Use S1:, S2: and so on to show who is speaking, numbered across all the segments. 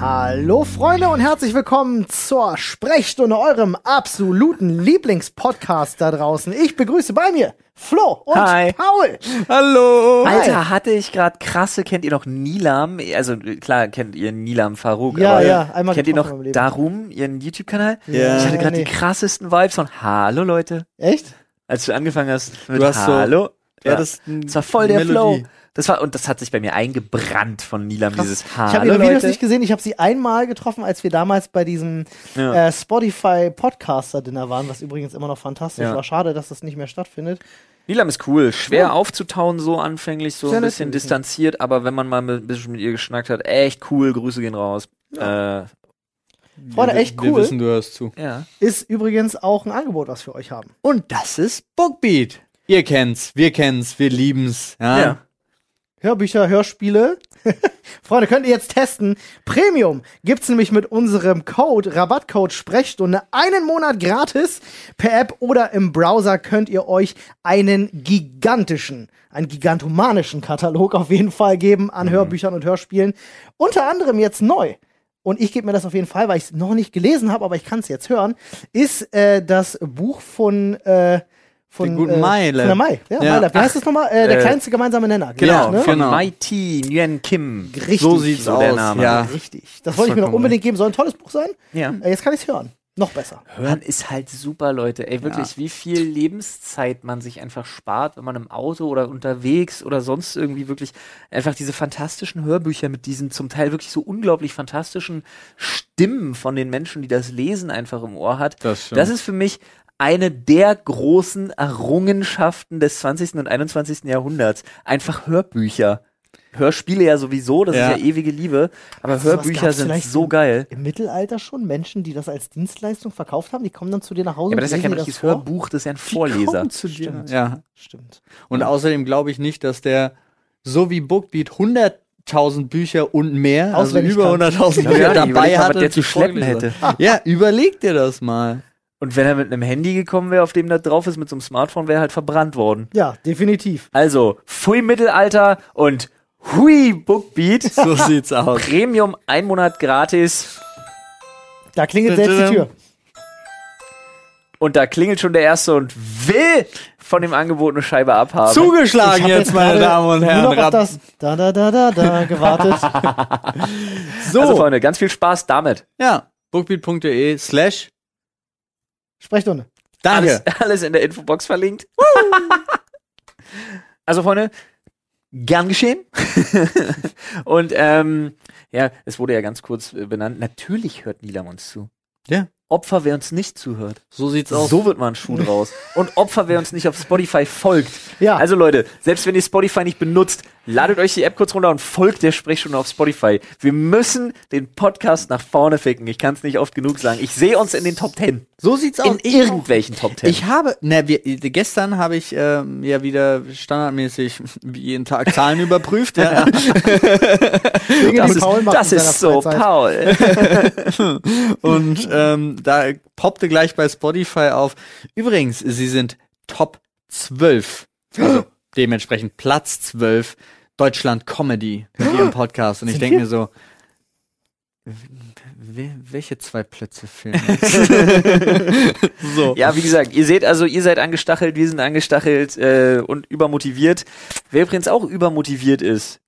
S1: Hallo Freunde und herzlich willkommen zur Sprechstunde, eurem absoluten Lieblingspodcast da draußen. Ich begrüße bei mir Flo und
S2: Hi.
S1: Paul.
S2: Hallo!
S1: Hi.
S2: Alter, hatte ich gerade krasse, kennt ihr noch Nilam? Also klar kennt ihr Nilam Farouk,
S1: Ja,
S2: aber
S1: ja, einmal
S2: kennt ihr
S1: getroffen
S2: noch
S1: im Leben.
S2: Darum, ihren YouTube-Kanal?
S1: Ja.
S2: Ich hatte gerade
S1: Nee.
S2: die krassesten Vibes von Hallo Leute,
S1: Echt?
S2: als du angefangen hast mit
S3: Du hast so-
S2: Hallo.
S3: Ja,
S2: ja, das,
S3: das, ist
S2: war voll der
S3: Melodie.
S2: Flow. Das war, und das hat sich bei mir eingebrannt von Nilam, dieses Hallo
S1: Ich habe ihre Videos
S2: Leute.
S1: nicht gesehen. Ich habe sie einmal getroffen, als wir damals bei diesem
S2: Ja.
S1: äh, Spotify Podcaster Dinner waren, was übrigens immer noch fantastisch
S2: Ja.
S1: war. Schade, dass das nicht mehr stattfindet.
S2: Nilam ist cool, schwer aufzutauen, so anfänglich, so
S1: Sehr
S2: ein
S1: nett
S2: bisschen
S1: gewesen.
S2: distanziert, aber wenn man mal mit- ein bisschen mit ihr geschnackt hat, echt cool, Grüße gehen raus. Ja. Äh,
S1: Freunde,
S3: wir, wi-
S1: echt
S3: Wir
S1: cool.
S3: wissen, du hörst zu.
S2: ja.
S1: Ist übrigens auch ein Angebot, was wir euch haben.
S3: Und das ist Bookbeat. Ihr kennt's, wir kennt's, wir lieben's. Ja.
S2: ja.
S1: Hörbücher, Hörspiele. Freunde, könnt ihr jetzt testen. Premium gibt's nämlich mit unserem Code, Rabattcode Sprechstunde, einen Monat gratis per App oder im Browser könnt ihr euch einen gigantischen, einen gigantomanischen Katalog auf jeden Fall geben an Hörbüchern und Hörspielen. Unter anderem jetzt neu. Und ich gebe mir das auf jeden Fall, weil ich es noch nicht gelesen habe, aber ich kann es jetzt hören, ist äh, das Buch von, äh, von,
S3: Den guten
S1: äh,
S3: Mailab.
S1: von der Mai. Ja,
S3: Ja.
S1: Mailab. Wie heißt das nochmal? Äh, der
S2: äh,
S1: kleinste gemeinsame Nenner.
S3: Genau,
S1: ne?
S2: von
S3: genau.
S2: Mighty Nguyen Kim.
S1: Richtig.
S3: So sieht's
S2: So der
S3: aus.
S2: Name.
S3: Ja.
S1: Richtig. Das wollte ich mir noch
S3: Vollkommen
S1: unbedingt geben. Soll ein tolles Buch sein.
S2: Ja.
S1: Äh, jetzt kann ich es hören. Noch besser.
S2: Hören ist halt super, Leute. Ey, wirklich, wie viel Lebenszeit man sich einfach spart, wenn man im Auto oder unterwegs oder sonst irgendwie wirklich einfach diese fantastischen Hörbücher mit diesen zum Teil wirklich so unglaublich fantastischen Stimmen von den Menschen, die das Lesen einfach im Ohr hat.
S3: Das stimmt.
S2: das ist für mich eine der großen Errungenschaften des 20. und 21. Jahrhunderts. Einfach Hörbücher. Hörspiele ja sowieso, das
S3: Ja.
S2: ist ja ewige Liebe, aber
S1: du, was
S2: Hörbücher
S1: gab's
S2: sind
S1: vielleicht
S2: so
S1: im-
S2: geil.
S1: Im Mittelalter schon Menschen, die das als Dienstleistung verkauft haben, die kommen dann zu dir nach Hause.
S2: Ja, aber das ist ja
S1: und
S2: kein
S1: lesen dir
S2: richtiges
S1: vor.
S2: Hörbuch, das ist ja ein Vorleser.
S1: Kommen zu dir. Stimmt.
S3: Ja.
S1: Stimmt.
S3: Und außerdem glaube ich nicht, dass der so wie Bookbeat 100.000 Bücher und mehr, also
S1: Auswendig
S3: über
S1: kann.
S3: 100.000
S2: Ja,
S3: Bücher
S2: überleg mal,
S3: dabei
S2: was
S3: hat,
S2: der
S3: und
S2: zu
S3: die
S2: schleppen
S3: vorgelesen
S2: hätte.
S3: hat. Ja, überleg dir das mal.
S2: Und wenn er mit einem Handy gekommen wäre, auf dem das drauf ist, mit so einem Smartphone, wäre er halt verbrannt worden.
S1: Ja, definitiv.
S2: Also, Pfui Mittelalter und Hui Bookbeat.
S3: So sieht's aus.
S2: Premium, ein Monat gratis.
S1: Da klingelt selbst die Tür.
S2: Und da klingelt schon der Erste und will von dem Angebot eine Scheibe abhaben.
S1: Ich
S3: Zugeschlagen
S1: hab
S3: jetzt, meine
S1: gerade
S3: Damen und Herren.
S1: Nur noch auf
S3: Rab-
S1: das da da da da da gewartet.
S3: so,
S2: Also, Freunde, ganz viel Spaß damit.
S3: ja, bookbeat.de slash
S1: Sprechstunde.
S3: danke.
S2: Alles, alles in der Infobox verlinkt. also, Freunde, gern geschehen. und ähm, ja, es wurde ja ganz kurz äh, benannt. Natürlich hört Nilam uns zu.
S3: Ja.
S2: Opfer, wer uns nicht zuhört.
S3: So sieht's aus.
S2: So wird mal ein Schuh draus. Und Opfer, wer uns nicht auf Spotify folgt.
S1: Ja.
S2: Also Leute, selbst wenn ihr Spotify nicht benutzt, ladet euch die App kurz runter und folgt der Sprechstunde auf Spotify. Wir müssen den Podcast nach vorne ficken. Ich kann es nicht oft genug sagen. Ich sehe uns in den Top Ten.
S3: So sieht's
S2: In
S3: aus. Ich,
S2: irgendwelchen Top Ten.
S3: ich habe, na, wir, gestern habe ich ähm, ja wieder standardmäßig wie jeden Tag Zahlen überprüft. Ja.
S1: Dinge,
S2: das
S1: die
S2: ist,
S1: Genau, Paul macht
S2: das
S1: in seiner
S2: ist so
S1: Freizeit.
S2: Paul.
S3: Und ähm, da poppte gleich bei Spotify auf. Übrigens, sie sind Top 12. Also dementsprechend Platz 12 Deutschland Comedy mit ihrem Podcast. Und ich denke mir so, we- welche zwei Plätze fehlen? so.
S2: Ja, wie gesagt, ihr seht also, ihr seid angestachelt, wir sind angestachelt äh, und übermotiviert. Wer übrigens auch übermotiviert ist,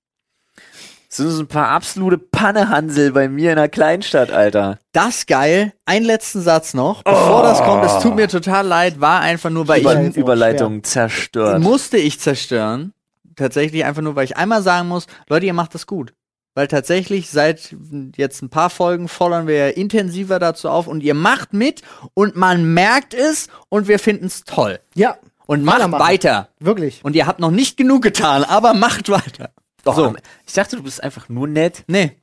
S2: sind so ein paar absolute Pannehansel bei mir in einer Kleinstadt, Alter.
S3: Das geil. Einen letzten Satz noch. Bevor das kommt, es tut mir total leid, war einfach nur, weil
S1: Überleid.
S3: ich
S2: Über
S1: jetzt auch
S2: Überleitung zerstört.
S3: musste ich zerstören. Tatsächlich einfach nur, weil ich einmal sagen muss, Leute, ihr macht das gut. Weil tatsächlich seit jetzt ein paar Folgen fordern wir ja intensiver dazu auf und ihr macht mit und man merkt es und wir finden es toll.
S1: Ja,
S3: Und macht
S1: Weitermachen.
S3: weiter.
S1: wirklich.
S3: Und ihr habt noch nicht genug getan, aber macht weiter.
S2: Doch,
S3: so.
S2: am- Ich dachte, du bist einfach nur nett,
S3: Nee,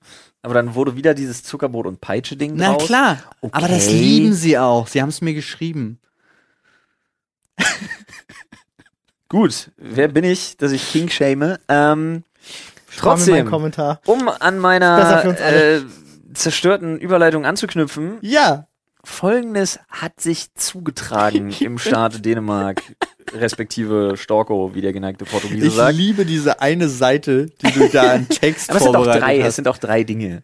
S2: aber dann wurde wieder dieses Zuckerbrot und Peitsche-Ding
S3: na
S2: draus.
S3: klar.
S2: Okay.
S3: Aber das lieben sie auch. Sie haben es mir geschrieben.
S2: Gut, wer bin ich, dass ich King shame? Ähm,
S1: Schau mir meinen
S2: trotzdem,
S1: Kommentar.
S2: um an
S1: Besser für
S2: meiner
S1: uns alle.
S2: äh, zerstörten Überleitung anzuknüpfen,
S3: Ja.
S2: Folgendes hat sich zugetragen im Staat Dänemark, respektive Storko, wie der geneigte Portugiese
S3: Ich
S2: sagt.
S3: liebe diese eine Seite, die du da an Text
S2: Aber es sind auch
S3: vorbereitet
S2: drei, es
S3: hast.
S2: sind auch drei Dinge.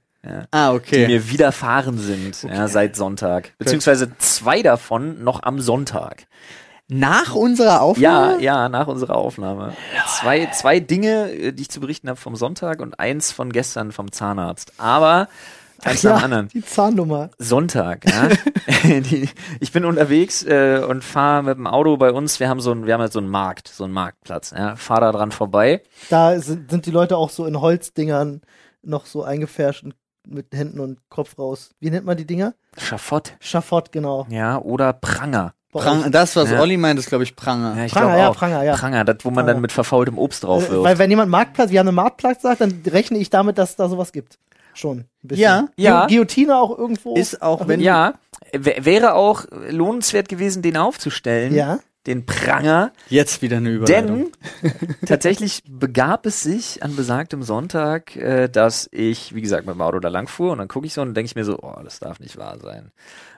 S3: Ah,
S2: die
S3: okay.
S2: mir widerfahren sind ja, seit Sonntag. Beziehungsweise zwei davon noch am Sonntag.
S3: Nach unserer
S2: Ja,
S3: Aufnahme?
S2: ja, nach unserer Aufnahme. Zwei, zwei Dinge, äh, die ich zu berichten habe vom Sonntag und eins von gestern vom Zahnarzt. Aber eins nach dem anderen.
S1: die Zahnnummer.
S2: Sonntag, ja. die, ich bin unterwegs äh, und fahre mit dem Auto bei uns. Wir haben so einen, wir haben halt so einen Markt, so einen Marktplatz. Ja. Fahre da dran vorbei.
S1: Da sind, sind die Leute auch so in Holzdingern noch so eingepfercht und mit Händen und Kopf raus. Wie nennt man die Dinger?
S2: Schafott,
S1: Schafott, genau.
S2: ja, oder Pranger.
S1: Bei
S3: Prang,
S1: euch.
S3: das, was
S2: Ja.
S3: Olli meint, ist, glaube ich, Pranger.
S2: ich
S1: Pranger,
S2: glaub
S1: ja,
S2: auch.
S1: Pranger, ja.
S2: Pranger, das, wo man
S1: Pranger.
S2: dann mit verfaultem Obst drauf
S1: Äh,
S2: wirft.
S1: Weil wenn jemand Marktplatz, wir haben einen Marktplatz sagt, dann rechne ich damit, dass da sowas gibt. Schon. Ein bisschen.
S3: Ja.
S2: Ja.
S1: Gu- Guillotine auch irgendwo.
S3: Ist auch, wenn
S2: ja, w- wäre auch lohnenswert gewesen, den aufzustellen,
S1: ja.
S2: den Pranger,
S3: jetzt wieder eine Überleitung.
S2: denn tatsächlich begab es sich an besagtem Sonntag, äh, dass ich, wie gesagt, mit dem Auto da lang fuhr und dann gucke ich so und denke ich mir so, oh, das darf nicht wahr sein.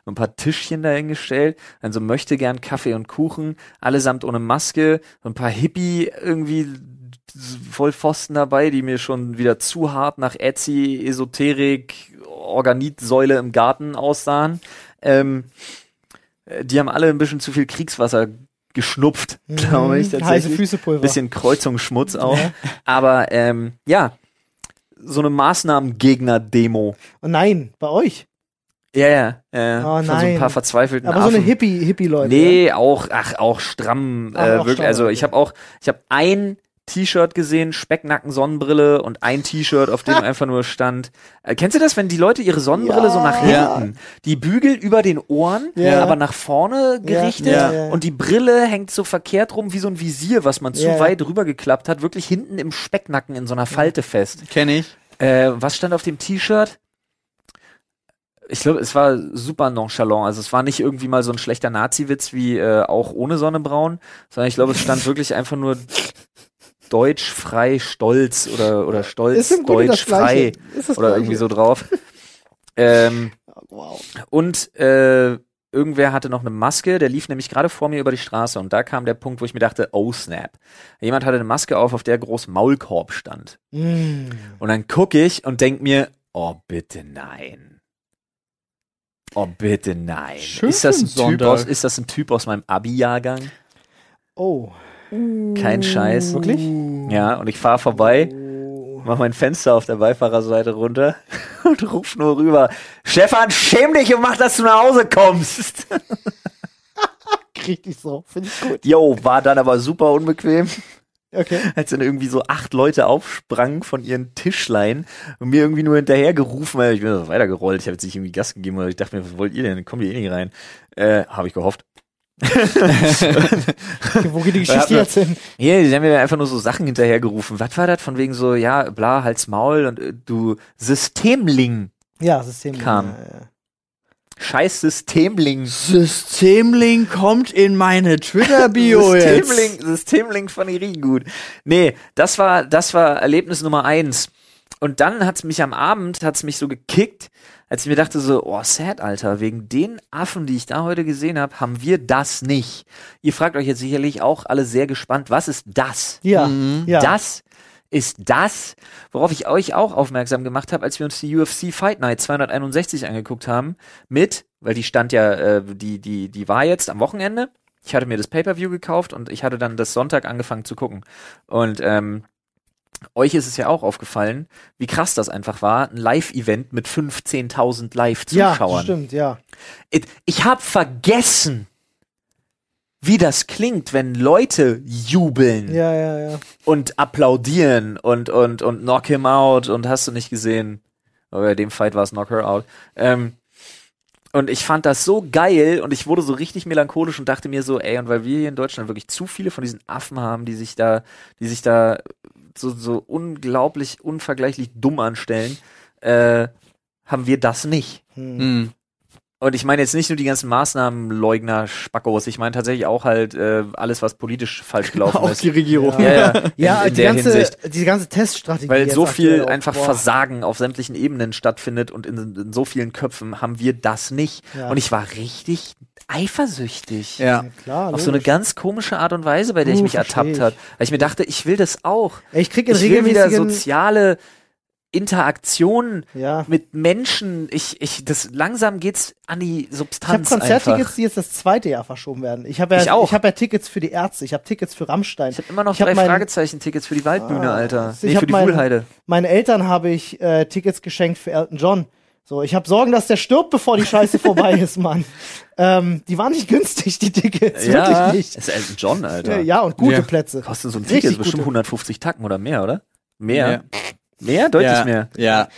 S2: Ein paar Tischchen dahingestellt, dann so möchte gern Kaffee und Kuchen, allesamt ohne Maske, so ein paar Hippie irgendwie Vollpfosten dabei, die mir schon wieder zu hart nach Etsy, Esoterik, Organitsäule im Garten aussahen. Ähm, äh, die haben alle ein bisschen zu viel Kriegswasser geschnupft, glaube ich.
S1: Mhm, Heiße
S2: Tatsächlich.
S1: Füße Pulver.
S2: Bisschen Kreuzungsschmutz auch. Aber ähm, ja, so eine Maßnahmengegner-Demo.
S1: Oh nein, bei euch.
S2: Ja, ja. Äh,
S1: Oh
S2: von so ein
S1: nein.
S2: paar verzweifelten
S1: Aber so
S2: Affen.
S1: eine Hippie, Hippie-Leute.
S2: Nee, auch, ach, auch stramm.
S1: Ach,
S2: äh,
S1: auch
S2: wirklich,
S1: stramm,
S2: also
S1: okay.
S2: ich habe auch, ich habe ein T-Shirt gesehen, Specknacken, Sonnenbrille und ein T-Shirt, auf dem einfach nur stand. Äh, kennst du das, wenn die Leute ihre Sonnenbrille
S1: Ja.
S2: so nach
S3: Ja.
S2: hinten, die Bügel über den Ohren,
S1: Ja.
S2: aber nach vorne gerichtet
S1: ja, ja.
S2: und die Brille hängt so verkehrt rum wie so ein Visier, was man zu
S1: Ja.
S2: weit rübergeklappt hat, wirklich hinten im Specknacken in so einer Falte fest.
S3: Kenne ich.
S2: Äh, was stand auf dem T-Shirt? Ich glaube, es war super nonchalant. Also es war nicht irgendwie mal so ein schlechter Nazi-Witz wie äh, auch ohne Sonnebraun, sondern ich glaube, es stand wirklich einfach nur deutsch frei stolz oder oder
S1: ja.
S2: stolz
S1: Ist im Grunde
S2: deutsch
S1: das Gleiche.
S2: frei
S1: Ist das
S2: oder
S1: Gleiche.
S2: irgendwie so drauf. ähm,
S1: Wow.
S2: und äh, irgendwer hatte noch eine Maske, der lief nämlich gerade vor mir über die Straße und da kam der Punkt, wo ich mir dachte, oh snap. Jemand hatte eine Maske auf, auf der groß Maulkorb stand.
S1: Mm.
S2: Und dann gucke ich und denk mir, oh bitte nein. Oh bitte nein.
S3: Schön
S2: ist, das
S3: für
S2: ein
S3: einen
S2: typ
S3: Sonntag.
S2: aus, ist das ein Typ aus meinem Abi-Jahrgang?
S1: Oh.
S2: Kein Scheiß.
S3: Wirklich?
S2: Ja, und ich fahre vorbei,
S1: Oh.
S2: mach mein Fenster auf der Beifahrerseite runter und ruf nur rüber. Stefan, schäm dich und mach, dass du nach Hause kommst.
S1: Richtig so. Finde ich gut.
S2: Jo, war dann aber super unbequem.
S1: Okay.
S2: als dann irgendwie so acht Leute aufsprangen von ihren Tischlein und mir irgendwie nur hinterhergerufen, weil ich bin so weitergerollt, ich habe jetzt nicht irgendwie Gas gegeben, weil ich dachte mir, was wollt ihr denn? Kommt ihr eh nicht rein. Äh, habe ich gehofft.
S1: Wo geht die Geschichte
S2: Ja,
S1: jetzt hin?
S2: Ja, die haben mir einfach nur so Sachen hinterhergerufen. Was war das von wegen so, ja, bla, halt's Maul und äh, du Systemling.
S1: Ja, System.
S2: Kam.
S1: Ja, ja.
S2: Scheiß Systemling.
S3: Systemling kommt in meine Twitter-Bio jetzt.
S2: Systemling, Systemling fand ich richtig gut. Nee, das war, das war Erlebnis Nummer eins. Und dann hat's mich am Abend, hat's mich so gekickt, als ich mir dachte so, oh, sad, Alter, wegen den Affen, die ich da heute gesehen habe, haben wir das nicht. Ihr fragt euch jetzt sicherlich auch alle sehr gespannt, was ist das?
S1: Ja.
S2: Mhm.
S1: ja.
S2: Das ist das, worauf ich euch auch aufmerksam gemacht habe, als wir uns die UFC Fight Night 261 angeguckt haben, mit, weil die stand ja, äh, die, die, die war jetzt am Wochenende. Ich hatte mir das Pay-Per-View gekauft und ich hatte dann das Sonntag angefangen zu gucken. Und ähm, euch ist es ja auch aufgefallen, wie krass das einfach war, ein Live-Event mit 15.000
S1: ja,
S2: Live-Zuschauern.
S1: stimmt, ja.
S2: It- Ich habe vergessen, wie das klingt, wenn Leute jubeln
S1: Ja, ja, ja.
S2: und applaudieren und, und, und knock him out und hast du nicht gesehen. Aber bei dem Fight war es knock her out. Ähm, und ich fand das so geil und ich wurde so richtig melancholisch und dachte mir so, ey, und weil wir hier in Deutschland wirklich zu viele von diesen Affen haben, die sich da, die sich da so, so unglaublich, unvergleichlich dumm anstellen, äh, haben wir das nicht.
S1: Hm.
S3: Mhm.
S2: Und ich meine jetzt nicht nur die ganzen Maßnahmenleugner, Spackos, ich meine tatsächlich auch halt äh, alles, was politisch falsch gelaufen
S3: Auch
S2: ist.
S3: die Regierung.
S2: Ja, ja, in,
S1: Ja,
S2: in
S1: die,
S2: der
S1: ganze,
S2: Hinsicht.
S1: die ganze Teststrategie.
S2: Weil
S1: jetzt
S2: so viel
S1: aktuell auch,
S2: einfach
S1: boah.
S2: Versagen auf sämtlichen Ebenen stattfindet und in, in so vielen Köpfen haben wir das nicht.
S1: Ja.
S2: Und ich war richtig eifersüchtig.
S1: Ja, klar.
S2: Auf so eine
S1: logisch.
S2: ganz komische Art und Weise, bei der
S1: Uh,
S2: ich mich
S1: versteh
S2: ertappt
S1: ich.
S2: habe. Weil ich mir dachte, ich will das auch.
S1: Ey, ich krieg in
S2: Ich will wieder
S1: regelmäßigen
S2: soziale Interaktion
S1: Ja.
S2: mit Menschen. Ich, ich, das langsam geht's an die
S1: Ich habe
S2: Substanz.
S1: Konzerttickets,
S2: einfach.
S1: die jetzt das zweite Jahr verschoben werden. Ich habe ja,
S2: Ich auch.
S1: ich hab ja Tickets für die Ärzte, ich habe Tickets für Rammstein.
S2: Ich habe immer noch
S1: Ich hab
S2: drei
S1: mein-
S2: Fragezeichen-Tickets für die Waldbühne,
S1: Ah,
S2: Alter.
S1: ich
S2: Nee,
S1: hab
S2: für die
S1: mein-
S2: Wuhlheide.
S1: Meinen Eltern habe ich äh, Tickets geschenkt für Elton John. So, ich habe Sorgen, dass der stirbt, bevor die Scheiße vorbei ist, Mann. Ähm, die waren nicht günstig, die Tickets, wirklich nicht.
S2: ist Elton John,
S1: Ja,
S2: Alter.
S1: ja und gute
S3: Ja.
S1: Plätze.
S2: Kostet so ein
S1: Richtig
S2: Ticket bestimmt
S1: gute.
S2: 150 Tacken oder mehr, oder? Mehr. Mehr? Deutlich
S3: ja,
S2: mehr.
S3: Ja.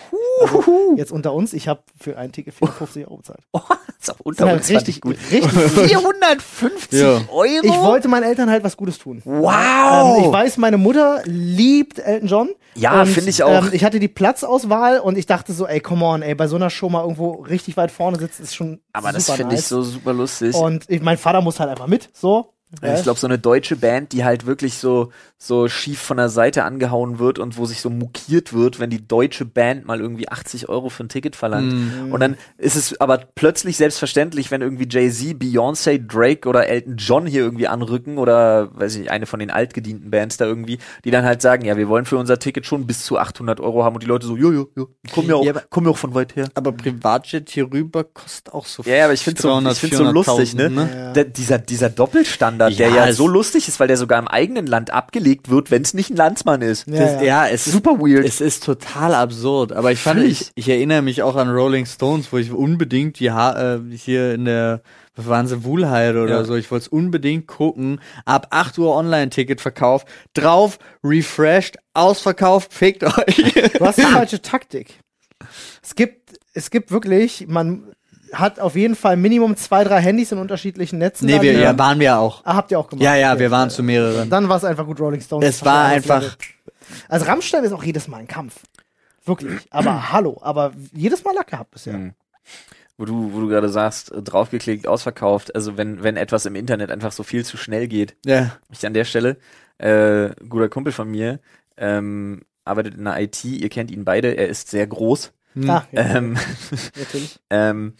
S1: Jetzt unter uns, ich habe für ein Ticket 54 Euro bezahlt.
S2: Oh, ist auch unter
S1: Ja,
S2: uns fand ich
S1: richtig
S2: gut.
S1: gut. Richtig.
S2: 450
S3: Ja.
S2: Euro?
S1: Ich wollte meinen Eltern halt was Gutes tun.
S2: wow!
S1: Ähm, ich weiß, meine Mutter liebt Elton John.
S2: Ja,
S1: Und, ähm,
S2: finde ich auch.
S1: ich hatte die Platzauswahl und ich dachte so, ey, come on, ey, bei so einer Show mal irgendwo richtig weit vorne sitzen, ist schon
S2: Aber das
S1: super
S2: finde
S1: nice.
S2: ich so super lustig.
S1: Und ich, mein Vater muss halt einfach mit, so.
S2: ich glaube, so eine deutsche Band, die halt wirklich so, so schief von der Seite angehauen wird und wo sich so mokiert wird, wenn die deutsche Band mal irgendwie 80 Euro für ein Ticket verlangt.
S3: Mhm.
S2: Und dann ist es aber plötzlich selbstverständlich, wenn irgendwie Jay-Z, Beyoncé, Drake oder Elton John hier irgendwie anrücken oder, weiß ich nicht, eine von den altgedienten Bands da irgendwie, die dann halt sagen, ja, wir wollen für unser Ticket schon bis zu 800 Euro haben und die Leute so, jo, jo, jo, komm ja auch,
S3: Ja, aber-
S2: komm ja auch von weit her.
S3: Aber Privatjet hier rüber kostet auch so
S2: Ja, ja, aber ich finde so, ich find's so lustig, ne? Der, dieser, dieser Doppelstandard, der
S3: Ja,
S2: ja
S3: es-
S2: so lustig ist, weil der sogar im eigenen Land abgelegt wird, wenn es nicht ein Landsmann ist.
S1: Ja,
S3: Das, ja, es ist
S2: Super weird.
S3: Es ist total absurd, aber ich fand,
S2: Natürlich.
S3: ich, ich erinnere mich auch an Rolling Stones, wo ich unbedingt die ha äh, hier in der, was waren sie, Wuhlheide oder
S2: Ja.
S3: so, ich wollte es unbedingt gucken, ab 8 Uhr Online-Ticket verkauft, drauf, refreshed, ausverkauft, fickt euch.
S1: Du hast die falsche Taktik. Es gibt, es gibt wirklich, man hat auf jeden Fall Minimum zwei, drei Handys in unterschiedlichen Netzen.
S3: nee,
S1: da
S3: wir
S1: liegen.
S3: ja, waren wir auch.
S1: Ah, habt ihr auch gemacht.
S3: Ja, ja,
S1: Okay.
S3: wir waren zu mehreren.
S1: Dann war es einfach gut Rolling Stones.
S3: Es
S1: Das hat
S3: war
S1: alles
S3: einfach-
S1: Level. Also Rammstein ist auch jedes Mal ein Kampf. Wirklich. Aber hallo, aber jedes Mal Lack gehabt bisher.
S2: Mhm. Wo du, wo du gerade sagst, äh, draufgeklickt, ausverkauft. Also wenn, wenn etwas im Internet einfach so viel zu schnell geht.
S3: Ja.
S2: Ich an der Stelle, äh, guter Kumpel von mir, ähm, arbeitet in der IT, ihr kennt ihn beide, er ist sehr groß.
S3: Hm.
S1: Ah, ja,
S2: Ähm,
S1: natürlich.
S2: ähm,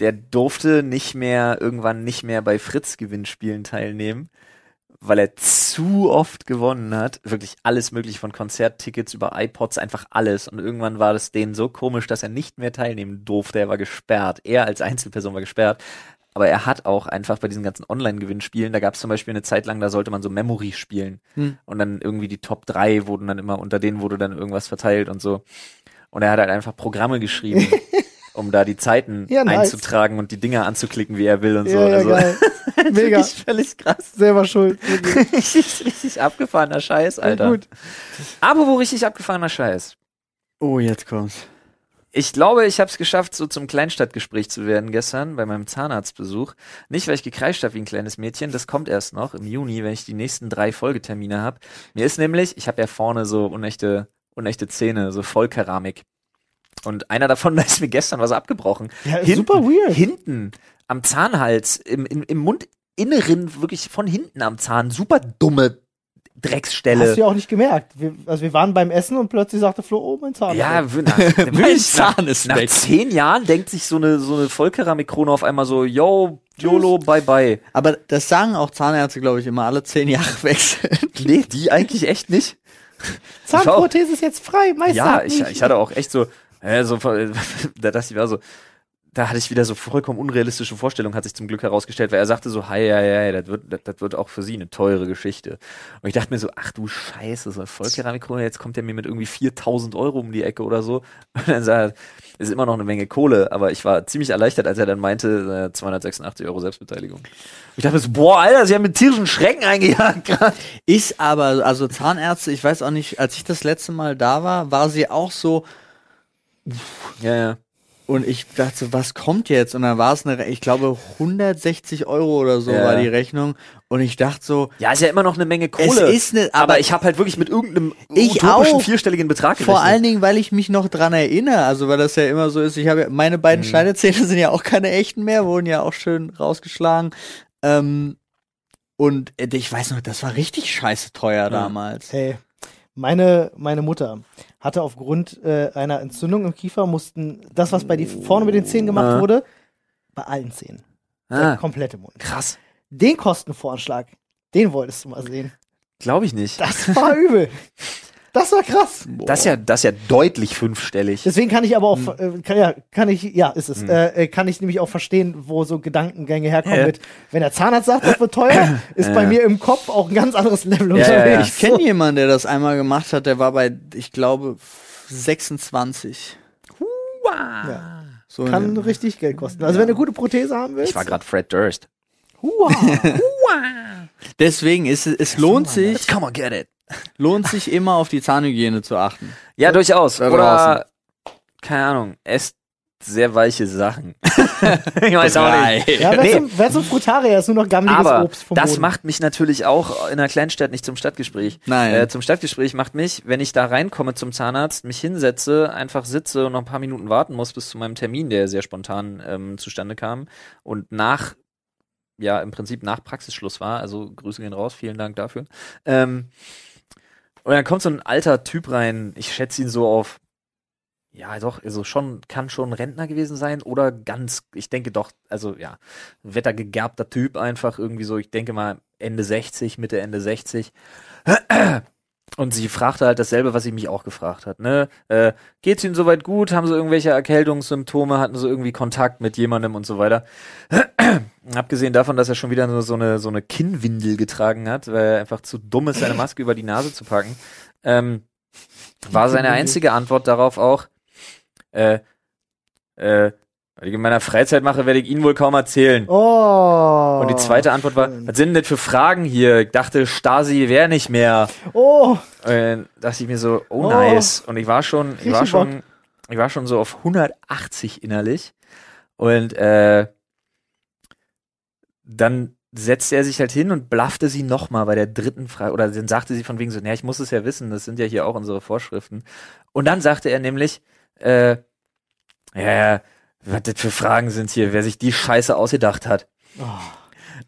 S2: der durfte nicht mehr, irgendwann nicht mehr bei Fritz-Gewinnspielen teilnehmen, weil er zu oft gewonnen hat. Wirklich alles möglich von Konzerttickets über iPods, einfach alles. Und irgendwann war das denen so komisch, dass er nicht mehr teilnehmen durfte. Er war gesperrt. Er als Einzelperson war gesperrt. Aber er hat auch einfach bei diesen ganzen Online-Gewinnspielen, da gab es zum Beispiel eine Zeit lang, da sollte man so Memory spielen.
S3: Hm.
S2: Und dann irgendwie die Top 3 wurden dann immer, unter denen wurde dann irgendwas verteilt und so. Und er hat halt einfach Programme geschrieben, um da die Zeiten
S1: Ja, nice.
S2: einzutragen und die Dinger anzuklicken, wie er will und so.
S1: ja, ja,
S2: also
S1: geil. Mega.
S2: Wirklich völlig krass.
S1: Selber schuld. Wirklich.
S2: richtig, richtig abgefahrener Scheiß, Alter.
S1: Gut.
S2: Aber wo richtig abgefahrener Scheiß.
S3: Oh, jetzt kommt's.
S2: Ich glaube, ich habe es geschafft, so zum Kleinstadtgespräch zu werden gestern bei meinem Zahnarztbesuch. Nicht, weil ich gekreischt habe wie ein kleines Mädchen, das kommt erst noch im Juni, wenn ich die nächsten drei Folgetermine habe. Mir ist nämlich, ich habe ja vorne so unechte, unechte Zähne, so Vollkeramik. Und einer davon, da ist mir gestern was abgebrochen.
S1: Ja, ist
S2: Hinten-
S1: super weird.
S2: Hinten am Zahnhals, im, im, im Mundinneren, wirklich von hinten am Zahn, super dumme Drecksstelle.
S1: Hast du ja auch nicht gemerkt. Wir, also wir waren beim Essen und plötzlich sagte Flo, oh, mein Zahn.
S2: Ja, w- nach, wirklich,
S3: Zahn ist
S2: nach, nach
S3: weg.
S2: zehn Jahren denkt sich so eine, so eine Vollkeramikkrone auf einmal so, yo, YOLO, bye bye.
S3: Aber das sagen auch Zahnärzte, glaube ich, immer alle zehn Jahre wechseln.
S2: Nee, die eigentlich echt nicht.
S1: Zahnprothese ist jetzt frei. Meister
S2: Ja,
S1: hat
S2: ich,
S1: nicht.
S2: ich hatte auch echt so, äh, so voll- da dachte ich war so, da hatte ich wieder so vollkommen unrealistische Vorstellungen, hat sich zum Glück herausgestellt, weil er sagte so, hei, hei, hei, das wird, das, das wird auch für sie eine teure Geschichte. Und ich dachte mir so, ach du Scheiße, so eine Vollkeramikkrone, jetzt kommt er mir mit irgendwie 4000 Euro um die Ecke oder so. Und dann sagt er, ist immer noch eine Menge Kohle, aber ich war ziemlich erleichtert, als er dann meinte, äh, 286 Euro Selbstbeteiligung. Und ich dachte mir so, boah, Alter, sie haben mit tierischen Schrecken eingejagt gerade.
S3: Ist aber, also Zahnärzte, ich weiß auch nicht, als ich das letzte Mal da war, war sie auch so,
S2: Ja, ja.
S3: und ich dachte, so, was kommt jetzt? Und dann war es eine, Re- ich glaube, 160 Euro oder so
S2: Ja.
S3: war die Rechnung. Und ich dachte so,
S2: Ja, ist ja immer noch eine Menge Kohle.
S3: Es ist ne-
S2: aber,
S3: aber-
S2: ich habe halt wirklich mit irgendeinem
S3: Ich
S2: utopischen
S3: auch.
S2: vierstelligen Betrag gerechnet.
S3: vor allen Dingen, weil ich mich noch dran erinnere, also weil das ja immer so ist, ich habe ja, meine
S2: Mhm.
S3: beiden Schneidezähne sind ja auch keine echten mehr, wurden ja auch schön rausgeschlagen. Ähm, und äh, ich weiß noch, das war richtig scheiße teuer damals.
S1: Hey, meine, meine Mutter hatte aufgrund äh, einer Entzündung im Kiefer mussten das, was bei die vorne mit den Zähnen gemacht
S2: Ah.
S1: wurde, bei allen Zähnen. Der
S2: ah,
S1: komplette Mund.
S2: krass.
S1: Den Kostenvoranschlag, den wolltest du mal sehen.
S2: Glaube ich nicht.
S1: Das war übel. Das war krass.
S4: Das ist ja, das ist ja deutlich fünfstellig.
S1: Deswegen kann ich aber
S2: Hm.
S1: auch, äh, kann, ja, kann ich, ja, ist es, äh, äh, kann ich nämlich auch verstehen, wo so Gedankengänge herkommen
S2: Ja.
S1: mit, wenn der Zahnarzt sagt, das wird teuer, ist bei mir im Kopf auch ein ganz anderes Level
S2: Ja, ja, ja.
S1: unterwegs.
S3: Ich kenne jemanden, der das einmal gemacht hat, der war bei, ich glaube, 26.
S1: Ja.
S3: So in
S1: Kann
S3: dem-
S1: richtig Geld kosten. Also wenn du eine gute Prothese haben willst.
S4: Ich war gerade Fred Durst.
S1: Hua.
S3: Deswegen ist es, es lohnt sich,
S4: come on, get it.
S3: lohnt sich immer auf die Zahnhygiene zu achten.
S2: Ja, durchaus.
S3: Da
S2: Oder,
S3: draußen.
S2: keine Ahnung, esst sehr weiche Sachen. ich weiß auch nicht.
S3: Drei.
S1: Ja, wer,
S2: Nee.
S1: zum, wer zum Frutarier ist nur noch gammeliges
S2: Aber
S1: Obst vom
S2: das
S1: Boden.
S2: macht mich natürlich auch in einer Kleinstadt nicht zum Stadtgespräch.
S3: Nein.
S2: Äh, zum Stadtgespräch macht mich, wenn ich da reinkomme zum Zahnarzt, mich hinsetze, einfach sitze und noch ein paar Minuten warten muss bis zu meinem Termin, der sehr spontan ähm, zustande kam und nach, ja, im Prinzip nach Praxisschluss war. Also Grüße gehen raus, vielen Dank dafür. Ähm, und dann kommt so ein alter Typ rein, ich schätze ihn so auf, ja doch, also schon, kann schon Rentner gewesen sein oder ganz, ich denke doch, also ja, wettergegerbter Typ einfach irgendwie so, ich denke mal Ende 60, Mitte Ende 60. Und sie fragte halt dasselbe, was sie mich auch gefragt hat. Ne? Äh, geht's Ihnen soweit gut? Haben Sie irgendwelche Erkältungssymptome? Hatten Sie irgendwie Kontakt mit jemandem und so weiter? Abgesehen davon, dass er schon wieder nur so eine, so eine Kinnwindel getragen hat, weil er einfach zu dumm ist, seine Maske über die Nase zu packen, ähm, war seine einzige Antwort darauf auch, äh, äh, was ich in meiner Freizeit mache, werde ich Ihnen wohl kaum erzählen.
S1: Oh.
S2: Und die zweite Antwort war,
S1: schön.
S2: was sind denn das für Fragen hier? Ich dachte, Stasi wäre nicht mehr.
S1: Oh.
S2: Und dann dachte Äh, ich mir so, oh,
S1: Oh.
S2: nice. Und ich war schon, ich war
S1: Richtig
S2: schon, ich war schon so auf 180 innerlich. Und äh, dann setzte er sich halt hin und blaffte sie nochmal bei der dritten Frage. Oder dann sagte sie von wegen so, naja, ich muss es ja wissen, das sind ja hier auch unsere Vorschriften. Und dann sagte er nämlich, äh, ja, ja, was das für Fragen sind hier, wer sich die Scheiße ausgedacht hat.
S1: Oh.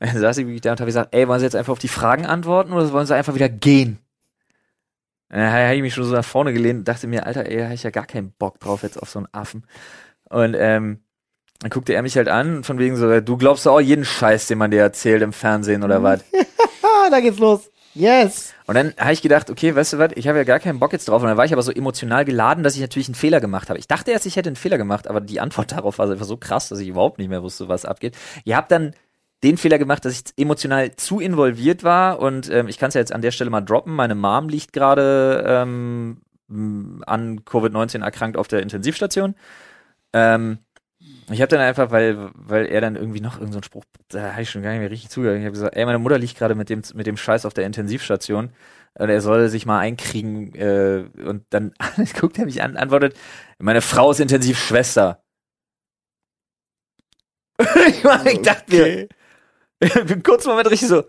S2: Dann saß ich wirklich da und habe gesagt, ey, wollen Sie jetzt einfach auf die Fragen antworten oder wollen Sie einfach wieder gehen? Und Dann habe ich mich schon so nach vorne gelehnt und dachte mir, Alter, ey, da habe ich ja gar keinen Bock drauf jetzt auf so einen Affen. Und ähm, dann guckte er mich halt an und von wegen so, du glaubst doch auch jeden Scheiß, den man dir erzählt im Fernsehen oder was.
S1: Ah, da geht's los. Yes.
S2: Und dann habe ich gedacht, okay, weißt du was, ich habe ja gar keinen Bock jetzt drauf. Und dann war ich aber so emotional geladen, dass ich natürlich einen Fehler gemacht habe. Ich dachte erst, ich hätte einen Fehler gemacht, aber die Antwort darauf war einfach so krass, dass ich überhaupt nicht mehr wusste, was abgeht. Ihr habt dann den Fehler gemacht, dass ich emotional zu involviert war und ähm, ich kann es ja jetzt an der Stelle mal droppen. Meine Mom liegt gerade ähm, m, an Covid-19 erkrankt auf der Intensivstation. Ähm, ich habe dann einfach, weil, weil er dann irgendwie noch irgendeinen Spruch, da habe ich schon gar nicht mehr richtig zugehört. Ich habe gesagt, ey, meine Mutter liegt gerade mit dem, mit dem Scheiß auf der Intensivstation und er soll sich mal einkriegen äh, und dann guckt er mich an, antwortet, meine Frau ist Intensivschwester. ich, war- ich dachte mir, im kurzen Moment richtig so,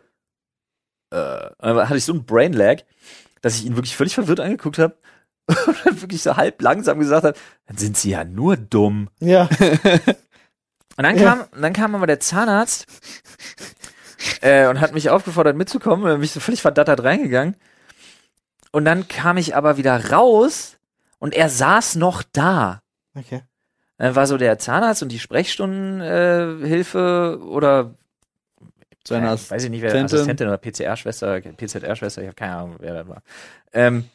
S2: äh, und dann hatte ich so einen Brain Lag, dass ich ihn wirklich völlig verwirrt angeguckt habe und dann wirklich so halb langsam gesagt habe, dann sind sie ja nur dumm.
S1: Ja.
S2: Und dann
S1: Ja.
S2: kam, dann kam aber der Zahnarzt äh, und hat mich aufgefordert mitzukommen. Und dann bin ich so völlig verdattert reingegangen. Und dann kam ich aber wieder raus und er saß noch da.
S1: Okay.
S2: Dann war so der Zahnarzt und die Sprechstundenhilfe äh, Hilfe oder
S3: Seine
S2: ja, weiß ich nicht, wer
S3: Assistentin.
S2: Assistentin oder PCR-Schwester, PZR-Schwester, ich habe keine Ahnung, wer das war. Ähm,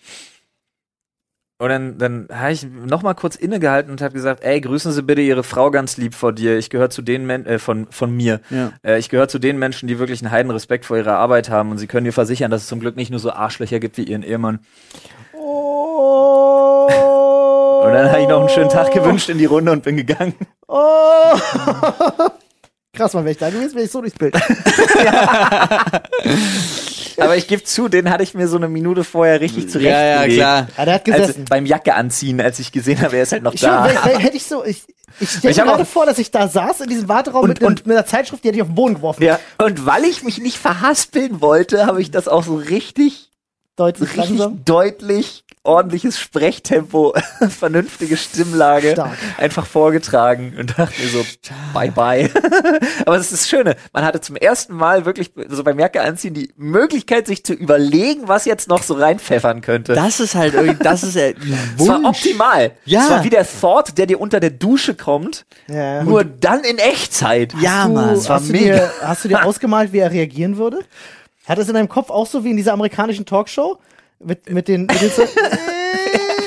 S2: und dann, dann habe ich nochmal kurz innegehalten und habe gesagt, ey, grüßen Sie bitte Ihre Frau ganz lieb vor dir. Ich gehöre zu den Men äh, von, von mir.
S3: Ja.
S2: Äh, ich gehöre zu den Menschen, die wirklich einen heiden Respekt vor ihrer Arbeit haben und sie können dir versichern, dass es zum Glück nicht nur so Arschlöcher gibt wie ihren Ehemann.
S1: Oh.
S2: Und dann habe ich noch einen schönen Tag gewünscht in die Runde und bin gegangen.
S1: Oh. Krass, man, wäre ich da gewesen, wäre ich so durchs Bild.
S2: Aber ich gebe zu, den hatte ich mir so eine Minute vorher richtig
S3: ja,
S2: zurechtgelegt.
S3: ja, klar.
S1: Ja, der hat
S2: Als,
S1: gesessen.
S2: beim Jacke anziehen, als ich gesehen habe, er ist halt noch
S1: Ich
S2: Also da.
S1: schwör, wär- wär- hätte ich so, ich, ich stelle
S2: Ich
S1: mir
S2: hab
S1: gerade
S2: auch-
S1: vor, dass ich da saß in diesem Warteraum
S2: Und-
S1: mit, einem-
S2: und-
S1: mit einer Zeitschrift, die hätte ich auf den Boden geworfen.
S2: Ja. Und weil ich mich nicht verhaspeln wollte, habe ich das auch so richtig,
S1: Deutlich
S2: richtig
S1: langsam.
S2: deutlich, ordentliches Sprechtempo, vernünftige Stimmlage
S1: Stark.
S2: einfach vorgetragen und dachte mir so, bye bye. Aber es ist das Schöne, man hatte zum ersten Mal wirklich so beim Jacke anziehen die Möglichkeit, sich zu überlegen, was jetzt noch so reinpfeffern könnte.
S3: Das ist halt irgendwie, das ist halt ein
S2: es war
S3: Wunsch.
S2: optimal.
S3: Ja.
S2: Es war wie der Thought, der dir unter der Dusche kommt,
S1: Ja.
S2: nur dann in Echtzeit.
S3: Ja,
S1: Du,
S3: Mann, es war
S1: hast, du
S3: mega.
S1: dir, hast du dir ausgemalt, wie er reagieren würde? Hat es in deinem Kopf auch so wie in dieser amerikanischen Talkshow? Mit, mit den. Mit den so,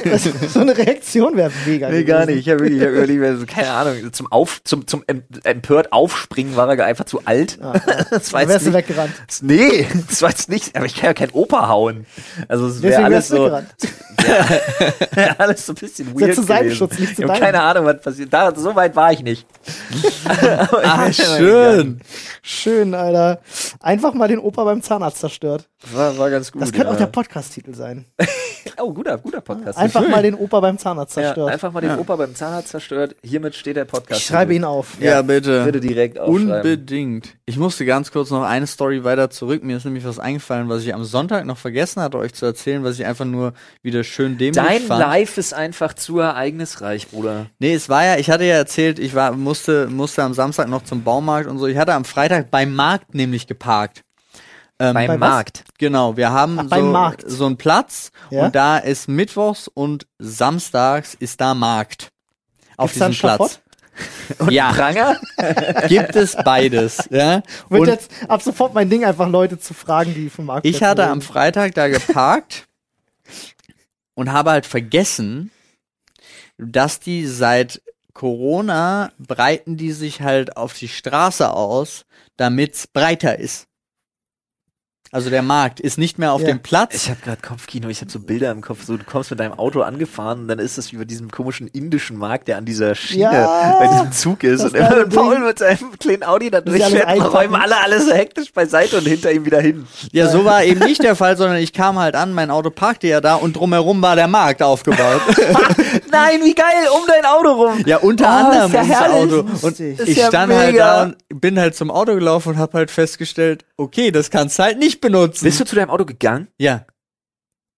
S1: das, so eine Reaktion wäre mega.
S2: Nee, gar
S1: gewesen.
S2: nicht. Ich habe wirklich ich hab überlegt, also, keine Ahnung, zum, Auf, zum, zum em- empört Aufspringen war er einfach zu alt. das war
S1: Dann
S2: jetzt
S1: wärst du
S2: nicht,
S1: weggerannt.
S2: nee, das war jetzt nicht, aber ich kann ja kein Opa hauen. Also es wäre
S1: Deswegen
S2: alles
S1: wärst du
S2: so,
S1: weggerannt.
S2: wär alles so ein bisschen weird
S1: zu seinem
S2: gewesen.
S1: Schutz, nicht zu
S2: ich hab
S1: deinem.
S2: keine Ahnung, was passiert. Da, so weit war ich nicht. Aber ich
S3: Ah,
S2: bin immer gegangen.
S3: schön.
S1: Schön, Alter. Einfach mal den Opa beim Zahnarzt zerstört.
S2: War, war ganz gut.
S1: Das könnte auch
S2: ja.
S1: der Podcast-Titel sein.
S2: Oh, guter, guter Podcast.
S1: Einfach
S3: schön.
S1: mal den Opa beim Zahnarzt
S2: ja,
S1: zerstört.
S2: einfach mal den Opa beim Zahnarzt zerstört. Hiermit steht der Podcast.
S1: ich schreibe ihn auf.
S3: Ja, bitte.
S2: Bitte direkt aufschreiben.
S3: Unbedingt. Ich musste ganz kurz noch eine Story weiter zurück. Mir ist nämlich was eingefallen, was ich am Sonntag noch vergessen hatte, euch zu erzählen, was ich einfach nur wieder schön dämlich
S5: Dein
S3: fand.
S5: Life ist einfach zu ereignisreich, Bruder.
S3: Nee, es war ja, ich hatte ja erzählt, ich war, musste, musste am Samstag noch zum Baumarkt und so. Ich hatte am Freitag beim Markt nämlich geparkt. Ähm,
S5: Beim
S1: Bei was?
S5: Markt.
S3: Genau, wir haben
S1: Ach,
S3: so,
S1: beim Markt.
S3: so einen Platz
S1: Ja?
S3: und da ist mittwochs und samstags ist da Markt. Auf
S1: Gibt's da
S3: diesem
S1: einen
S3: Platz. ja,
S2: Pranger?
S3: gibt es beides. Ja?
S1: Wird
S3: Und
S1: jetzt ab sofort mein Ding, einfach Leute zu fragen, die vom Markt
S3: ich hatte am Freitag da geparkt und habe halt vergessen, dass die seit Corona breiten die sich halt auf die Straße aus, damit's breiter ist. Also der Markt ist nicht mehr auf
S1: Ja.
S3: dem Platz,
S2: Ich habe gerade Kopfkino, ich habe so Bilder im Kopf, so du kommst mit deinem Auto angefahren und dann ist das über diesem komischen indischen Markt, der an dieser Schiene
S1: Ja,
S2: bei diesem Zug ist
S1: das
S2: und immer
S1: geile
S2: Paul
S1: Ding.
S2: mit seinem kleinen Audi da
S1: sie alles
S2: durchfährt und
S1: einpacken.
S2: räumen alle alles so hektisch beiseite und hinter ihm wieder hin.
S3: Ja, so war eben nicht der Fall, sondern ich kam halt an, mein Auto parkte ja da und drumherum war der Markt aufgebaut.
S2: Nein, wie geil, um dein Auto rum.
S3: ja, unter anderem
S2: Ah, ist ja
S3: dieses
S2: herrlich.
S3: Auto. Und
S1: Lustig.
S3: ich
S2: Ist ja
S3: stand halt
S2: mega.
S3: da und bin halt zum Auto gelaufen und hab halt festgestellt, okay, das kannst du halt nicht benutzen.
S5: Bist du zu deinem Auto gegangen?
S3: ja.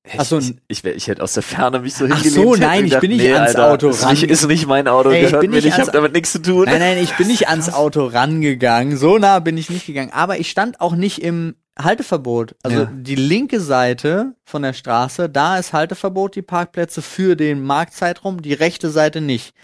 S2: Ich,
S3: Ach so,
S2: ich, ich, wär- ich hätte aus der Ferne mich so
S3: Ach so,
S2: hingelegt. hätte
S3: nein, ich
S2: gedacht,
S3: bin nicht
S2: nee,
S3: ans
S2: Alter,
S3: Auto
S2: ist
S3: ran.
S2: nicht, ist nicht mein Auto,
S3: Ey, ich
S2: gehört
S3: bin
S2: mir
S3: nicht
S2: nicht, ich
S3: ans-
S2: habe damit nichts zu tun.
S3: Nein, nein, ich bin nicht ans Auto rangegangen. So nah bin ich nicht gegangen. Aber ich stand auch nicht im Halteverbot. Also
S2: Ja.
S3: die linke Seite von der Straße, da ist Halteverbot, die Parkplätze für den Marktzeitraum, die rechte Seite nicht.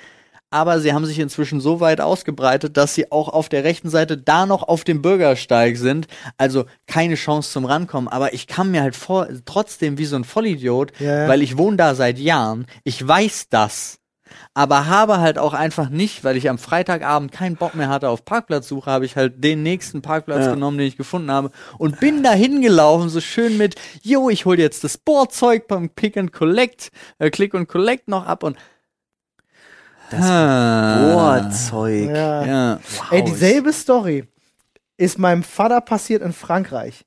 S3: Aber sie haben sich inzwischen so weit ausgebreitet, dass sie auch auf der rechten Seite da noch auf dem Bürgersteig sind. Also keine Chance zum Rankommen. Aber ich kam mir halt vor, trotzdem wie so ein Vollidiot,
S1: Ja.
S3: weil ich wohne da seit Jahren. Ich weiß das aber habe halt auch einfach nicht, weil ich am Freitagabend keinen Bock mehr hatte auf Parkplatzsuche, habe ich halt den nächsten Parkplatz genommen, den ich gefunden habe und bin da hingelaufen, so schön mit, jo, ich hol jetzt das Bohrzeug beim Pick and Collect, äh, Click and Collect noch ab und das
S2: Bohrzeug.
S1: Ja.
S3: Ja.
S1: Ey, dieselbe Story ist meinem Vater passiert in Frankreich.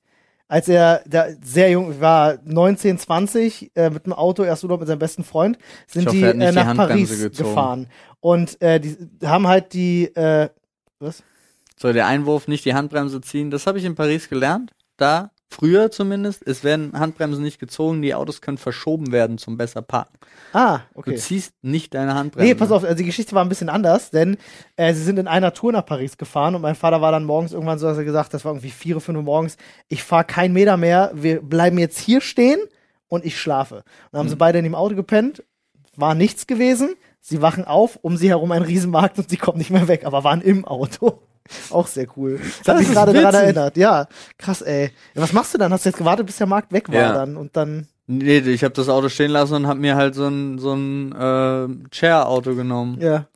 S1: Als er da sehr jung war, 19, 20, äh, mit dem Auto erst Urlaub mit seinem besten Freund, sind
S3: Ich hoffe,
S1: die
S3: er hat nicht
S1: äh,
S3: die
S1: nach
S3: Handbremse
S1: Paris
S3: gezogen.
S1: gefahren. Und äh, die haben halt die, äh, was?
S3: So, der Einwurf, nicht die Handbremse ziehen, das habe ich in Paris gelernt, da früher zumindest, es werden Handbremsen nicht gezogen, die Autos können verschoben werden zum besser parken.
S1: Ah,
S3: Du
S1: okay.
S3: ziehst nicht deine Handbremse.
S1: Nee, pass auf, also die Geschichte war ein bisschen anders, denn äh, sie sind in einer Tour nach Paris gefahren und mein Vater war dann morgens irgendwann so, dass er gesagt, das war irgendwie vier, fünf Uhr morgens, ich fahre keinen Meter mehr, wir bleiben jetzt hier stehen und ich schlafe. Und dann haben sie beide in dem Auto gepennt, war nichts gewesen, sie wachen auf, um sie herum ein Riesenmarkt und sie kommen nicht mehr weg, aber waren im Auto. Auch sehr cool. Das
S3: Das
S1: hat mich
S3: ist
S1: gerade daran
S3: witzig.
S1: erinnert. Ja, krass, ey. Ja, Was machst du dann? Hast du jetzt gewartet, bis der Markt weg war
S5: Ja.
S1: dann und dann.
S3: Nee, ich habe das Auto stehen lassen und habe mir halt so ein, so ein äh, Chair-Auto genommen.
S1: Ja.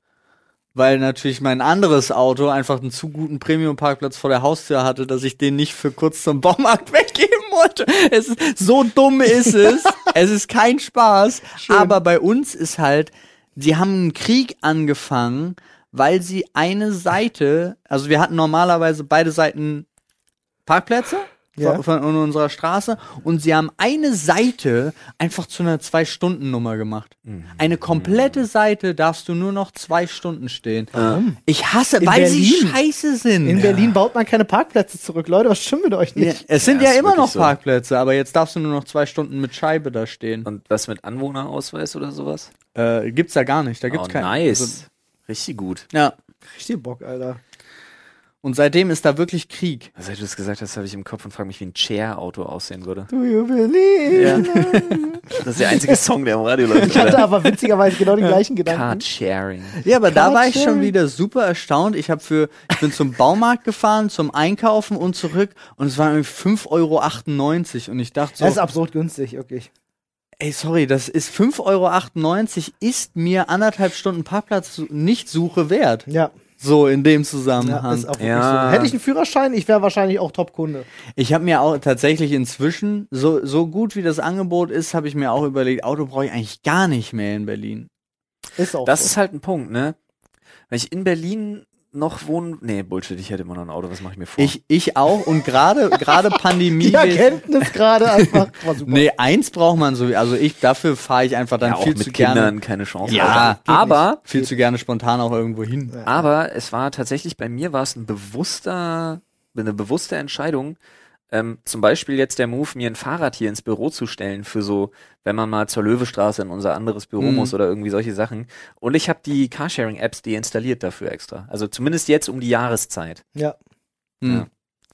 S3: Weil natürlich mein anderes Auto einfach einen zu guten Premium-Parkplatz vor der Haustür hatte, dass ich den nicht für kurz zum Baumarkt weggeben wollte. Es ist, so dumm ist es. es ist kein Spaß. Aber bei uns ist halt, sie haben einen Krieg angefangen, weil sie eine Seite, also wir hatten normalerweise beide Seiten Parkplätze
S1: Ja.
S3: von, von unserer Straße und sie haben eine Seite einfach zu einer Zwei-Stunden-Nummer gemacht. Eine komplette Seite darfst du nur noch zwei Stunden stehen. Ich hasse, weil sie
S1: Berlin?
S3: scheiße sind.
S1: In Berlin baut man keine Parkplätze zurück. Leute, was stimmt mit euch
S3: Ja,
S1: nicht?
S3: es sind ja,
S2: Ja, ist
S3: immer noch
S2: wirklich so.
S3: Parkplätze, aber jetzt darfst du nur noch zwei Stunden mit Scheibe da stehen.
S5: Und was mit Anwohnerausweis oder sowas?
S3: Äh,
S2: Also,
S3: gibt's Also, da gar nicht, da gibt's
S5: oh,
S3: keinen.
S5: nice.
S3: Also,
S5: Richtig gut.
S3: ja.
S1: Richtig Bock, Alter.
S3: Und seitdem ist da wirklich Krieg.
S2: Also, Seit du das gesagt hast, habe ich im Kopf und frage mich, wie ein Chair-Auto aussehen würde.
S1: Do you believe?
S2: Ja. Das ist der einzige Song, der im Radio läuft.
S1: Ich hatte aber witzigerweise genau die gleichen Gedanken.
S2: Card-Sharing.
S3: Ja, aber da war ich
S1: Quatsch.
S3: schon wieder super erstaunt. Ich habe für, ich bin zum Baumarkt gefahren, zum Einkaufen und zurück und es waren irgendwie 5,98 Euro und ich dachte so,
S1: Das ist absurd günstig, wirklich.
S3: ey, sorry, das ist 5,98 Euro ist mir anderthalb Stunden Parkplatz nicht Suche wert.
S1: Ja,
S3: So in dem
S1: ja
S3: Zusammenhang.
S1: ist auch wirklich
S2: Ja.
S1: so. Hätte ich einen Führerschein, ich wäre wahrscheinlich auch Top-Kunde.
S3: ich habe mir auch tatsächlich inzwischen, so, so gut wie das Angebot ist, habe ich mir auch überlegt, Auto brauche ich eigentlich gar nicht mehr in Berlin.
S1: Ist auch
S2: Das
S1: so.
S2: ist halt ein Punkt, ne? Wenn ich in Berlin noch wohne. Nee, Bullshit, ich hätte immer noch ein Auto, was mache ich mir vor?
S3: Ich, ich auch und gerade gerade Pandemie.
S1: die Erkenntnis gerade einfach. War super.
S3: Nee, eins braucht man so. Also ich dafür fahre ich einfach dann
S2: ja, auch
S3: viel
S2: mit
S3: zu
S2: Kindern
S3: gerne,
S2: keine Chance.
S3: Ja,
S2: Auto. aber
S3: viel zu gerne spontan auch irgendwo hin.
S1: Ja.
S2: Aber es war tatsächlich bei mir war es ein bewusster, eine bewusste Entscheidung. Ähm, zum Beispiel jetzt der Move, mir ein Fahrrad hier ins Büro zu stellen für so, wenn man mal zur Löwestraße in unser anderes Büro
S3: Mhm.
S2: muss oder irgendwie solche Sachen. Und ich habe die Carsharing-Apps deinstalliert dafür extra. Also zumindest jetzt um die Jahreszeit.
S1: Ja.
S3: Hm.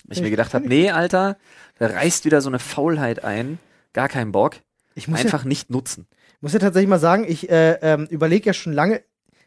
S2: Weil ich mir gedacht habe, nee, Alter, da reißt wieder so eine Faulheit ein. Gar kein Bock.
S1: Ich muss ja
S2: Einfach nicht nutzen.
S1: muss ja tatsächlich mal sagen, ich äh, ähm, überlege ja schon lange,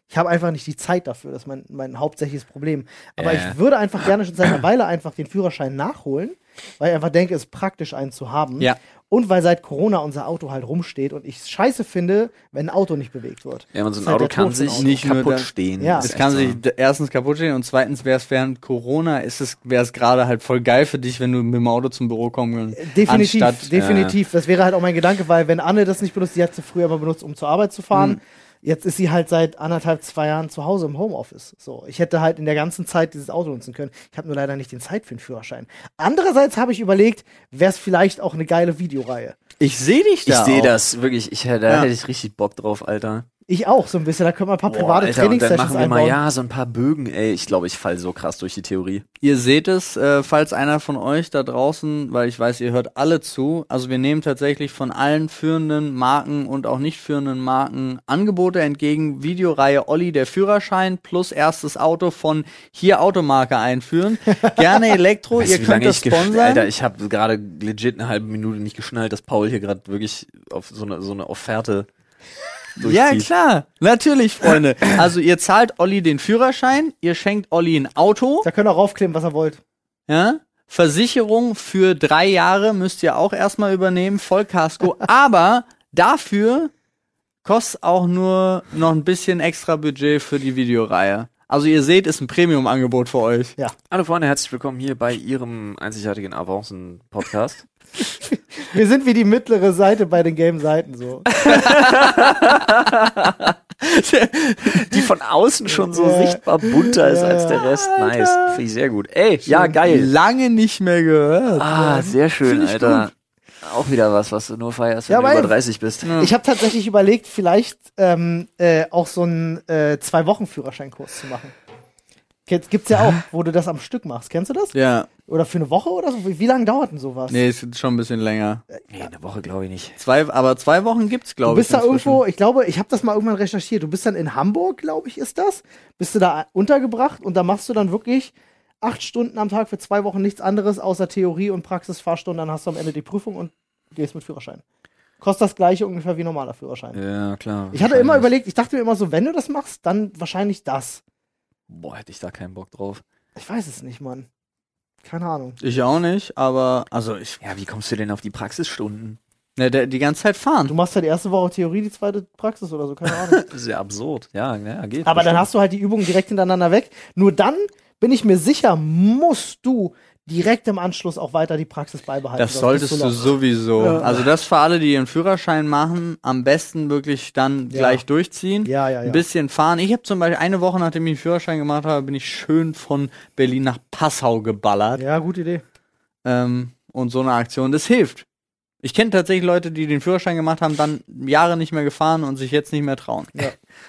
S1: ich habe einfach nicht die Zeit dafür, das ist mein, mein hauptsächliches Problem. Aber
S2: Ja.
S1: ich würde einfach gerne schon seit einer Weile einfach den Führerschein nachholen, weil ich einfach denke, es ist praktisch, einen zu haben.
S3: Ja.
S1: Und weil seit Corona unser Auto halt rumsteht und ich es scheiße finde, wenn ein Auto nicht bewegt wird.
S2: Ja, man so ein
S1: Halt
S2: Auto
S1: der
S2: kann
S1: Tod für ein
S2: sich
S1: Auto.
S2: nicht
S3: Nicht nur
S2: kaputt
S3: das-
S2: stehen.
S1: Ja.
S2: Ist
S3: Es
S2: echt
S3: kann
S2: so.
S3: sich d- erstens kaputt stehen und zweitens wäre es während Corona ist es wäre es gerade halt voll geil für dich, wenn du mit dem Auto zum Büro kommen kannst.
S1: Definitiv,
S3: Anstatt, äh,
S2: äh,
S1: definitiv. Das wäre halt auch mein Gedanke, weil wenn Anne das nicht benutzt, die hat sie früher immer benutzt, um zur Arbeit zu fahren.
S2: Hm.
S1: Jetzt ist sie halt seit anderthalb, zwei Jahren zu Hause im Homeoffice. So, ich hätte halt in der ganzen Zeit dieses Auto nutzen können. Ich habe nur leider nicht den Zeit für den Führerschein. Andererseits habe ich überlegt, wäre es vielleicht auch eine geile Videoreihe.
S3: Ich sehe dich
S2: Ich
S3: da.
S2: sehe
S3: auch.
S2: das wirklich. Ich, da
S3: Ja.
S2: hätte ich richtig Bock drauf, Alter.
S1: Ich auch, so ein bisschen. Da können wir ein paar
S2: Boah,
S1: private
S2: Alter, und dann
S1: Trainingssessions
S2: machen wir mal
S1: einbauen.
S2: ja so ein paar Bögen. Ey, ich glaube, ich falle so krass durch die Theorie.
S3: Ihr seht es, äh, falls einer von euch da draußen, weil ich weiß, ihr hört alle zu, also wir nehmen tatsächlich von allen führenden Marken und auch nicht führenden Marken Angebote entgegen. Videoreihe Olli der Führerschein plus erstes Auto von hier Automarke einführen. Gerne Elektro, ihr könnt das
S2: ich gesch-
S3: sponsern.
S2: Alter, ich habe gerade legit eine halbe Minute nicht geschnallt, dass Paul hier gerade wirklich auf so eine so eine Offerte durchzieht.
S3: Ja, klar, natürlich, Freunde. Also ihr zahlt Olli den Führerschein, ihr schenkt Olli ein Auto.
S1: Da könnt ihr auch raufkleben, was ihr wollt.
S3: Ja? Versicherung für drei Jahre müsst ihr auch erstmal übernehmen, Vollkasko. Aber dafür kostet auch nur noch ein bisschen extra Budget für die Videoreihe. Also ihr seht, ist ein Premium-Angebot für euch.
S2: Hallo Freunde, herzlich willkommen hier bei Ihrem einzigartigen Avancen-Podcast.
S1: Wir sind wie die mittlere Seite bei den Game-Seiten so.
S2: Die von außen schon so
S1: Ja.
S2: sichtbar bunter ist
S1: Ja.
S2: als der Rest. Nice. Finde ich sehr gut. Ey,
S1: Ah,
S2: ja, geil.
S3: Lange nicht mehr gehört.
S2: Ah, sehr schön,
S3: Find ich
S2: Alter. Auch wieder was, was du nur feierst, wenn
S1: Ja,
S2: du
S1: weil-
S2: über 30 bist.
S1: Ich habe tatsächlich überlegt, vielleicht ähm, äh, auch so einen äh, Zwei-Wochen-Führerscheinkurs zu machen. Jetzt gibt's ja auch, wo du das am Stück machst. Kennst du das?
S3: Ja,
S1: Oder für eine Woche oder so? Wie, wie lange dauert denn sowas?
S3: nee, ist jetzt schon ein bisschen länger.
S2: Nee, eine Woche glaube ich nicht.
S3: Zwei, aber zwei Wochen gibt's,
S1: Du
S3: glaube ich.
S1: bist da
S3: inzwischen.
S1: irgendwo, ich glaube, ich habe das mal irgendwann recherchiert. Du bist dann in Hamburg, glaube ich, ist das. Bist du da untergebracht und da machst du dann wirklich acht Stunden am Tag für zwei Wochen nichts anderes außer Theorie und Praxisfahrstunden. Dann hast du am Ende die Prüfung und gehst mit Führerschein. Kostet das gleiche ungefähr wie normaler Führerschein.
S2: Ja, klar.
S1: Ich hatte immer überlegt, ich dachte mir immer so, wenn du das machst, dann wahrscheinlich das.
S2: Boah, hätte ich da keinen Bock drauf.
S1: Ich weiß es nicht, Mann. Keine Ahnung.
S3: Ich auch nicht, aber also ich
S2: Ja, wie kommst du denn auf die Praxisstunden?
S3: ne, der, die ganze Zeit
S1: Du
S3: fahren.
S1: machst ja die erste Woche Theorie, die zweite Praxis oder so, keine Ahnung.
S2: Das ist ja absurd. Ja, ja, geht.
S1: Aber dann
S2: bestimmt.
S1: hast du halt die Übungen direkt hintereinander weg. Nur dann bin ich mir sicher, musst du direkt im Anschluss auch weiter die Praxis beibehalten.
S3: Das
S1: sonst
S3: solltest
S1: bist
S3: du
S1: lost.
S3: sowieso.
S1: Ja.
S3: Also das für alle, die ihren Führerschein machen, am besten wirklich dann
S1: Ja.
S3: gleich durchziehen.
S1: Ja, ja, ja.
S3: Ein bisschen fahren. Ich habe zum Beispiel eine Woche, nachdem ich den Führerschein gemacht habe, bin ich schön von Berlin nach Passau geballert.
S1: Ja, gute Idee.
S3: Ähm, und so eine Aktion, das hilft. Ich kenne tatsächlich Leute, die den Führerschein gemacht haben, dann Jahre nicht mehr gefahren und sich jetzt nicht mehr trauen.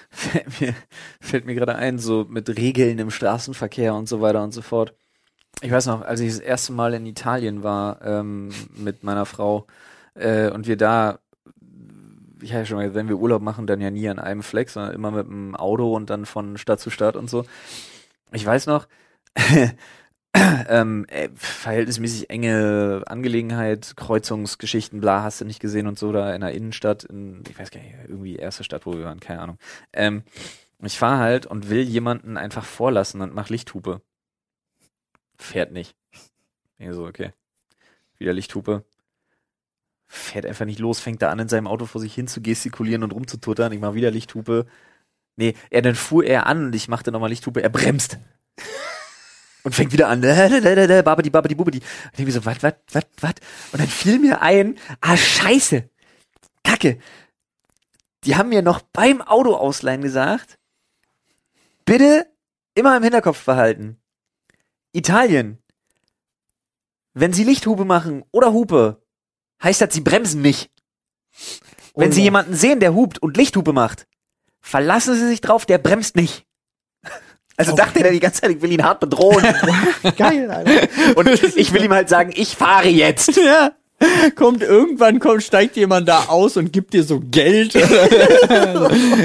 S2: fällt mir, fällt mir gerade ein, so mit Regeln im Straßenverkehr und so weiter und so fort. Ich weiß noch, als ich das erste Mal in Italien war ähm, mit meiner Frau äh, und wir da, ich habe ja schon mal gesagt, wenn wir Urlaub machen, dann ja nie an einem Fleck, sondern immer mit dem Auto und dann von Stadt zu Stadt und so. Ich weiß noch, ähm, äh, verhältnismäßig enge Angelegenheit, Kreuzungsgeschichten, bla, hast du nicht gesehen und so, da in der Innenstadt, in, ich weiß gar nicht, irgendwie erste Stadt, wo wir waren, keine Ahnung. Ähm, ich fahre halt und will jemanden einfach vorlassen und mach Lichthupe. Fährt nicht. Ich so, okay. Wieder Lichthupe. Fährt einfach nicht los, fängt da an, in seinem Auto vor sich hin zu gestikulieren und rumzututtern. Ich mach wieder Lichthupe. Nee, er dann fuhr er an und ich machte nochmal Lichthupe, er bremst. Und fängt wieder an, lalalala, babadi, babadi, bubadi. Und ich bin so, wat, wat, wat, wat. Und dann fiel mir ein, ah, scheiße. Kacke. Die haben mir noch beim Auto ausleihen gesagt, bitte immer im Hinterkopf behalten. Italien. Wenn sie Lichthupe machen oder Hupe, heißt das, sie bremsen nicht. Wenn sie jemanden sehen, der hupt und Lichthupe macht, verlassen sie sich drauf, der bremst nicht. Also dachte er die ganze Zeit, ich will ihn hart bedrohen.
S1: Geil, Alter.
S2: Und ich will ihm halt sagen, ich fahre jetzt.
S3: Ja. Kommt irgendwann, kommt, steigt jemand da aus und gibt dir so Geld.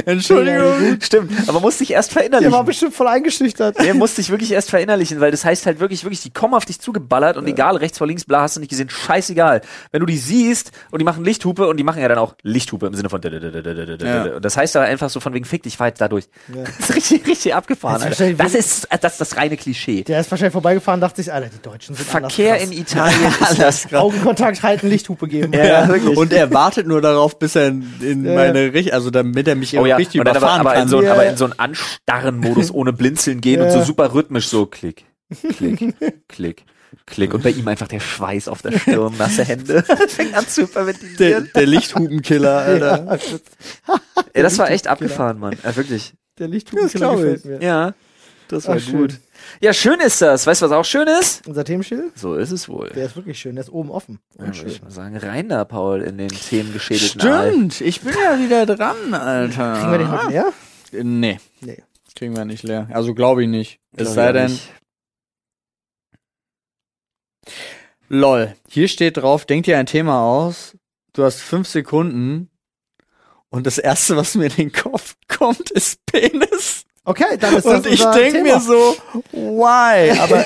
S3: Entschuldigung.
S2: Stimmt, aber musste ich erst
S1: Der war
S2: verinnerlichen.
S1: bestimmt voll eingeschüchtert.
S2: Der musste ich wirklich erst verinnerlichen, weil das heißt halt wirklich, wirklich, die kommen auf dich zugeballert und egal, rechts vor links, bla, hast du nicht gesehen, scheißegal. Wenn du die siehst und die machen Lichthupe und die machen ja dann auch Lichthupe im Sinne von
S3: Ja.
S2: Und das heißt aber einfach so von wegen fick dich, fahr jetzt da durch. Das ist richtig, richtig abgefahren.
S1: Jetzt
S2: Alter.
S1: verstehe ich,
S2: Das ist äh, das, ist das reine Klischee.
S1: Der ist wahrscheinlich vorbeigefahren, dachte sich, Alter, die Deutschen sind
S2: Verkehr in
S1: anders krass.
S2: Italien ist das
S1: Augenkontakt halten, Lichthupe geben.
S2: Ja, wirklich.
S3: und er wartet nur darauf, bis er in, in
S1: Ja.
S3: meine Richtung, also damit er mich
S2: Oh ja,
S3: richtig
S2: und dann aber,
S3: überfahren
S2: aber,
S3: kann.
S2: in so,
S1: Ja,
S2: aber
S1: ja.
S2: in so einen Anstarren-Modus ohne Blinzeln gehen und
S1: Ja.
S2: so super rhythmisch so klick, klick, klick, klick. Und bei ihm einfach der Schweiß auf der Stirn, nasse Hände. Fängt an zu
S3: der,
S2: hyperventilieren.
S3: der Lichthubenkiller, Alter.
S1: Ja,
S2: Ey, das war echt abgefahren, Mann. Ja, wirklich.
S1: der
S3: Das
S1: Lichthupenkiller
S3: glaub ich.
S1: gefällt mir.
S2: Ja, das war
S1: Ach, schön.
S2: gut. Ja, schön ist das. Weißt du, was auch schön ist?
S1: Unser Themenschild,
S2: So ist es wohl.
S1: der ist wirklich schön, der ist oben offen.
S2: Ja,
S1: Und
S2: würde
S1: schön.
S2: ich mal sagen, rein da, Paul, in den themengeschädigten Aal.
S3: Stimmt, ich bin ja wieder dran, Alter. Äh,
S1: Kriegen wir den noch mehr?
S3: Nee.
S1: Nee.
S3: Kriegen wir nicht leer. Also glaube ich nicht. Es
S2: Glaub
S3: sei
S2: ich
S3: denn.
S2: nicht.
S3: Lol. Hier steht drauf, denk dir ein Thema aus. Du hast fünf Sekunden. Und das erste, was mir in den Kopf kommt, ist Penis.
S1: Okay, dann ist das
S3: Und ich
S1: unser
S3: denke
S1: Thema.
S3: mir so, why? Aber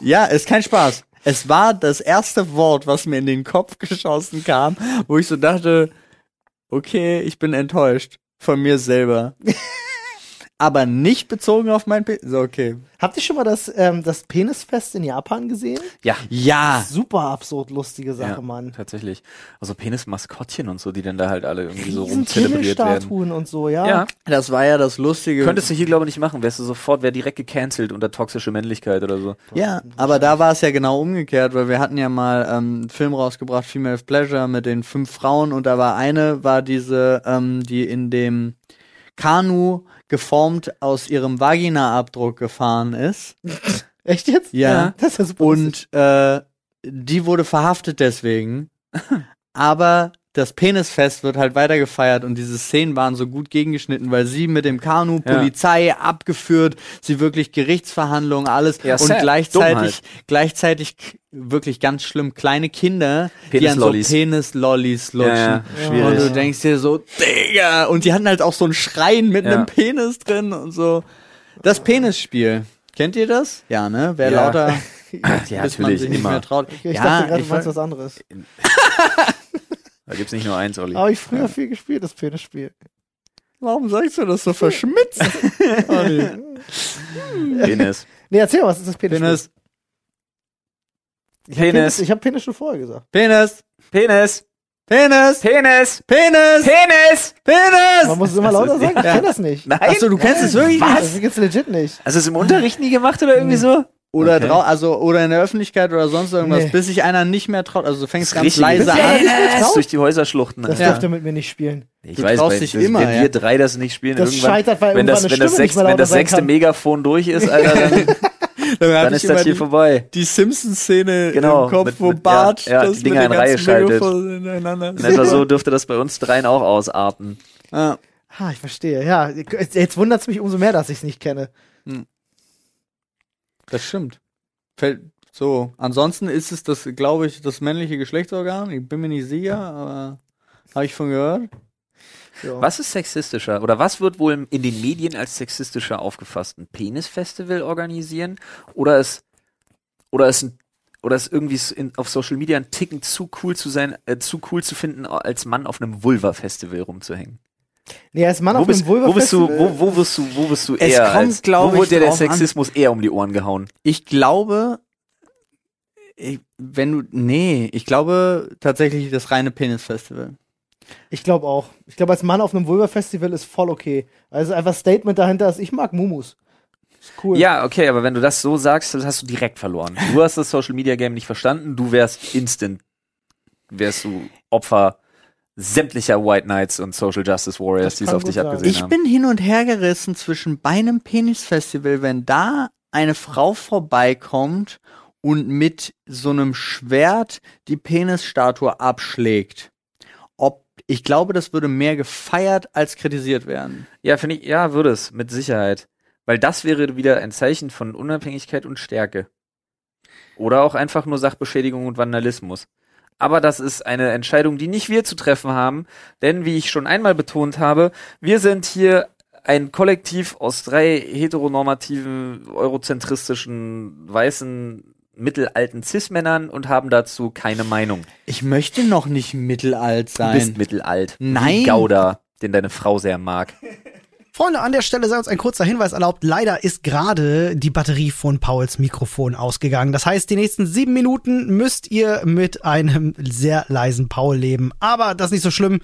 S3: ja, ist kein Spaß. Es war das erste Wort, was mir in den Kopf geschossen kam, wo ich so dachte, okay, ich bin enttäuscht von mir selber. Aber nicht bezogen auf mein Penis. So, okay.
S1: Habt ihr schon mal das, ähm, das Penisfest in Japan gesehen?
S2: Ja,
S3: Ja.
S1: Super absurd lustige Sache,
S2: Ah. Ja.
S1: Mann.
S2: tatsächlich. Also Penismaskottchen und so, die dann da halt alle irgendwie so
S1: Riesen
S2: rumzelebriert werden.
S1: Penisstatuen und so, ja.
S2: Ja,
S3: Das war ja das Lustige.
S2: Könntest du hier, glaube ich, nicht machen. Wärst du sofort, wär direkt gecancelt unter toxische Männlichkeit oder so.
S3: ja, aber da war es ja genau umgekehrt, weil wir hatten ja mal ähm, einen Film rausgebracht, Female Pleasure, mit den fünf Frauen und da war eine, war diese, ähm, die in dem Kanu geformt aus ihrem Vagina-Abdruck gefahren ist.
S1: Echt jetzt?
S3: Ja.
S1: Das ist ja super. lustig.
S3: Und äh, die wurde verhaftet deswegen. Aber das Penisfest wird halt weitergefeiert und diese Szenen waren so gut gegengeschnitten, weil sie mit dem Kanu,
S2: Ja.
S3: Polizei abgeführt, sie wirklich Gerichtsverhandlungen, alles
S2: Ja,
S3: und
S2: sad.
S3: gleichzeitig,
S2: Dummheit.
S3: gleichzeitig k- wirklich ganz schlimm kleine Kinder, die an so
S2: Penislollis.
S3: Penislollis lutschen.
S2: Ja, ja,
S3: Und
S2: schwierig.
S3: du denkst dir so, Digga! Und die hatten halt auch so einen Schrein mit
S2: Ja.
S3: einem Penis drin und so. Das Penisspiel. Kennt ihr das? Ja, ne? Wer
S2: Ja.
S3: lauter
S2: Ja,
S3: bis man sich nicht mehr traut.
S1: ich dachte gerade,
S3: ich
S1: du meinst
S3: wollt-
S1: was anderes.
S2: Da gibt's nicht nur eins, Olli.
S3: Oh,
S1: Aber ich früher viel gespielt, das Penisspiel.
S3: warum sagst du das so verschmitzt? Olli?
S2: Penis.
S1: Nee, erzähl mal, was ist das Penisspiel?
S3: Penis,
S1: Ich hab Penis.
S2: Penis.
S1: Ich habe Penis schon vorher gesagt.
S3: Penis,
S2: Penis.
S3: Penis,
S2: Penis.
S3: Penis,
S2: Penis.
S1: Man
S3: Penis!
S1: muss es immer lauter sagen. Ich
S3: ja.
S1: kenn das nicht.
S2: Nein.
S3: Achso, du kennst es wirklich?
S2: Was?
S1: Das gibt's legit nicht.
S2: Hast du es im Unterricht nie gemacht oder irgendwie so?
S3: Oder
S2: Okay.
S3: drau also oder in der Öffentlichkeit oder sonst irgendwas,
S1: Nee.
S3: bis sich einer nicht mehr traut. Also du fängst
S2: Das
S3: ganz
S2: richtige
S3: leise an.
S2: Penis. Durch die Häuserschluchten.
S1: Das
S2: Ja.
S1: dürft ihr mit mir nicht spielen.
S2: Ich
S3: Du
S2: weiß,
S3: traust
S2: bei-
S3: dich
S2: das-
S3: immer,
S2: wenn
S3: ja.
S2: wir drei das nicht spielen,
S1: Das
S2: irgendwann,
S1: scheitert, weil
S2: wenn das,
S1: irgendwann
S2: wenn
S1: eine Stimme
S2: das,
S1: nicht
S2: sechste,
S1: mehr
S2: wenn
S1: lauter
S2: das
S1: sein
S2: sechste
S1: kann.
S2: Megafon durch ist, Alter, dann,
S3: hab
S2: dann
S3: ich
S2: ist das
S3: immer
S2: hier
S3: die-
S2: vorbei.
S3: die Simpsons-Szene
S2: Genau,
S3: im Kopf,
S2: mit-
S3: wo
S2: mit- ja,
S3: Bart
S2: ja, die
S3: das
S2: Dinger
S3: mit
S2: in
S3: der
S2: Reihe
S3: ganzen
S2: schaltet.
S3: Megafon ineinander.
S2: In etwa so dürfte das bei uns dreien auch ausarten.
S3: Ja.
S1: Ah, ich verstehe. Ja, jetzt jetzt wundert's mich umso mehr, dass ich's nicht kenne.
S3: Das stimmt. Fällt so. Ansonsten ist es das, glaube ich, das männliche Geschlechtsorgan. Ich bin mir nicht sicher, aber habe ich von gehört.
S1: Ja.
S2: Was ist sexistischer oder was wird wohl in den Medien als sexistischer aufgefasst? Ein Penisfestival organisieren oder es oder es ein oder es irgendwie s- in, auf Social Media einen Ticken zu cool zu sein, äh, zu cool zu finden, als Mann auf einem Vulva-Festival rumzuhängen.
S1: Nee, als Mann
S2: Wo
S1: auf
S2: bist,
S1: dem Vulva
S2: wo bist du, wo, wo wirst du, wo wirst du
S3: Es
S2: eher?
S3: kommt,
S2: als,
S3: glaub
S2: wo
S3: ich,
S2: wird dir der
S3: drauf an.
S2: Sexismus eher um die Ohren gehauen?
S3: Ich glaube, ich- wenn du, nee, ich glaube tatsächlich das reine Penis-Festival.
S1: Ich glaube auch. Ich glaube, als Mann auf einem Vulva-Festival ist voll okay. Also einfach Statement dahinter ist, ich mag Mumus. Ist cool.
S2: Ja, okay, aber wenn du das so sagst, dann hast du direkt verloren. Du hast das Social Media Game nicht verstanden, du wärst instant, wärst du Opfer sämtlicher White Knights und Social Justice Warriors,
S1: Das
S2: die es
S1: kann
S2: auf
S1: gut
S2: dich
S1: sein.
S2: abgesehen
S3: Ich
S2: haben.
S3: bin hin und her gerissen zwischen bei einem Penis-Festival, wenn da eine Frau vorbeikommt und mit so einem Schwert die Penisstatue abschlägt. Ob, ich glaube, das würde mehr gefeiert als kritisiert werden.
S2: Ja, finde ich, ja, würde es, mit Sicherheit. Weil das wäre wieder ein Zeichen von Unabhängigkeit und Stärke. Oder auch einfach nur Sachbeschädigung und Vandalismus. Aber das ist eine Entscheidung, die nicht wir zu treffen haben, denn wie ich schon einmal betont habe, wir sind hier ein Kollektiv aus drei heteronormativen, eurozentristischen, weißen, mittelalten Cis-Männern und haben dazu keine Meinung.
S3: Ich möchte noch nicht mittelalt
S2: Du bist
S3: sein.
S2: mittelalt.
S3: Nein.
S2: Wie Gouda, den deine Frau sehr mag.
S6: Freunde, an der Stelle sei uns ein kurzer Hinweis erlaubt. Leider ist gerade die Batterie von Pauls Mikrofon ausgegangen. Das heißt, die nächsten sieben Minuten müsst ihr mit einem sehr leisen Paul leben. Aber das ist nicht so schlimm.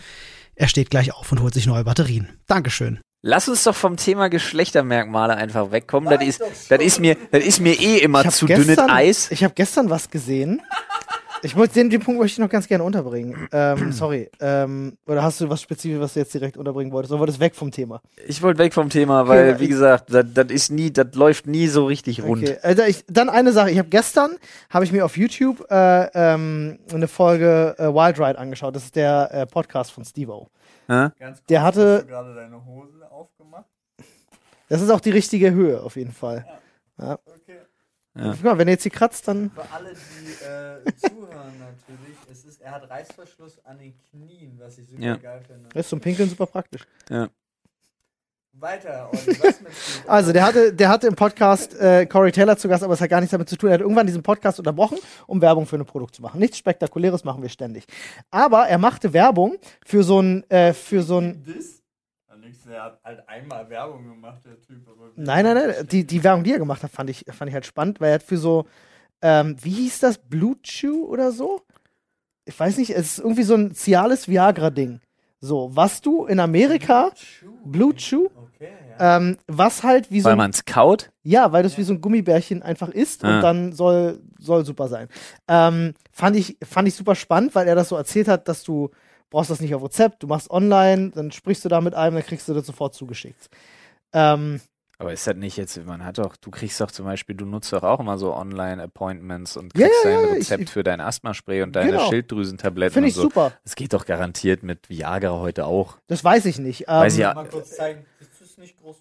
S6: Er steht gleich auf und holt sich neue Batterien. Dankeschön.
S2: Lass uns doch vom Thema Geschlechtermerkmale einfach wegkommen. Das ist, das ist mir, das ist mir eh immer zu dünnes Eis.
S1: Ich habe gestern was gesehen. Ich muss den, den Punkt möchte ich noch ganz gerne unterbringen. Ähm, sorry. Ähm, oder hast du was Spezifisches, was du jetzt direkt unterbringen wolltest? Oder wolltest du weg vom Thema?
S2: Ich wollte weg vom Thema, weil
S1: Okay,
S2: wie
S1: ich-
S2: gesagt, das, das ist nie, das läuft nie so richtig rund.
S1: Okay. Also ich, dann eine Sache. Ich habe gestern habe ich mir auf YouTube äh, ähm, eine Folge äh, Wild Ride angeschaut. Das ist der äh, Podcast von Stevo.
S2: Hä?
S1: Der hatte,
S3: gerade deine Hose aufgemacht?
S1: das ist auch die richtige Höhe auf jeden Fall. Ja.
S2: Ja.
S1: Guck mal, wenn er jetzt hier kratzt, dann
S3: Für alle, die äh, zuhören natürlich, es ist, er hat Reißverschluss an den Knien, was ich super
S2: Ja.
S3: geil finde.
S1: ist zum Pinkeln super praktisch.
S3: Weiter, Olli, was mit
S1: Also, der hatte, der hatte im Podcast äh, Corey Taylor zu Gast, aber es hat gar nichts damit zu tun. Er hat irgendwann diesen Podcast unterbrochen, um Werbung für ein Produkt zu machen. Nichts Spektakuläres machen wir ständig. Aber er machte Werbung für so ein, äh, für so ein.
S3: Diss? Er hat halt einmal Werbung gemacht, der Typ.
S1: Nein, nein, nein. Die, die Werbung, die er gemacht hat, fand ich, fand ich halt spannend, weil er hat für so, ähm, wie hieß das, Blue Chew oder so? Ich weiß nicht, es ist irgendwie so ein Cialis Viagra-Ding. So, was du in Amerika, Blue Chew, ähm, was halt wie so
S2: Weil
S1: ein
S2: man es kaut.
S1: Ja, weil das wie so ein Gummibärchen einfach ist und
S2: Ah.
S1: dann soll, soll super sein. Ähm, fand, ich, fand ich super spannend, weil er das so erzählt hat, dass du brauchst das nicht auf Rezept, du machst online, dann sprichst du da mit einem, dann kriegst du das sofort zugeschickt. Ähm,
S2: Aber ist das nicht jetzt, man hat doch, du kriegst doch zum Beispiel, du nutzt doch auch immer so Online-Appointments und
S1: Ja,
S2: kriegst
S1: ja,
S2: dein
S1: ja, ich-
S2: Rezept für dein Asthmaspray und deine
S1: Genau.
S2: Schilddrüsentabletten
S1: Finde ich
S2: und so.
S1: super.
S2: Das geht doch garantiert mit Viagra heute auch.
S1: Das weiß ich nicht. Ähm,
S2: Weiß ich ja,
S3: kurz zeigen, das ist nicht groß.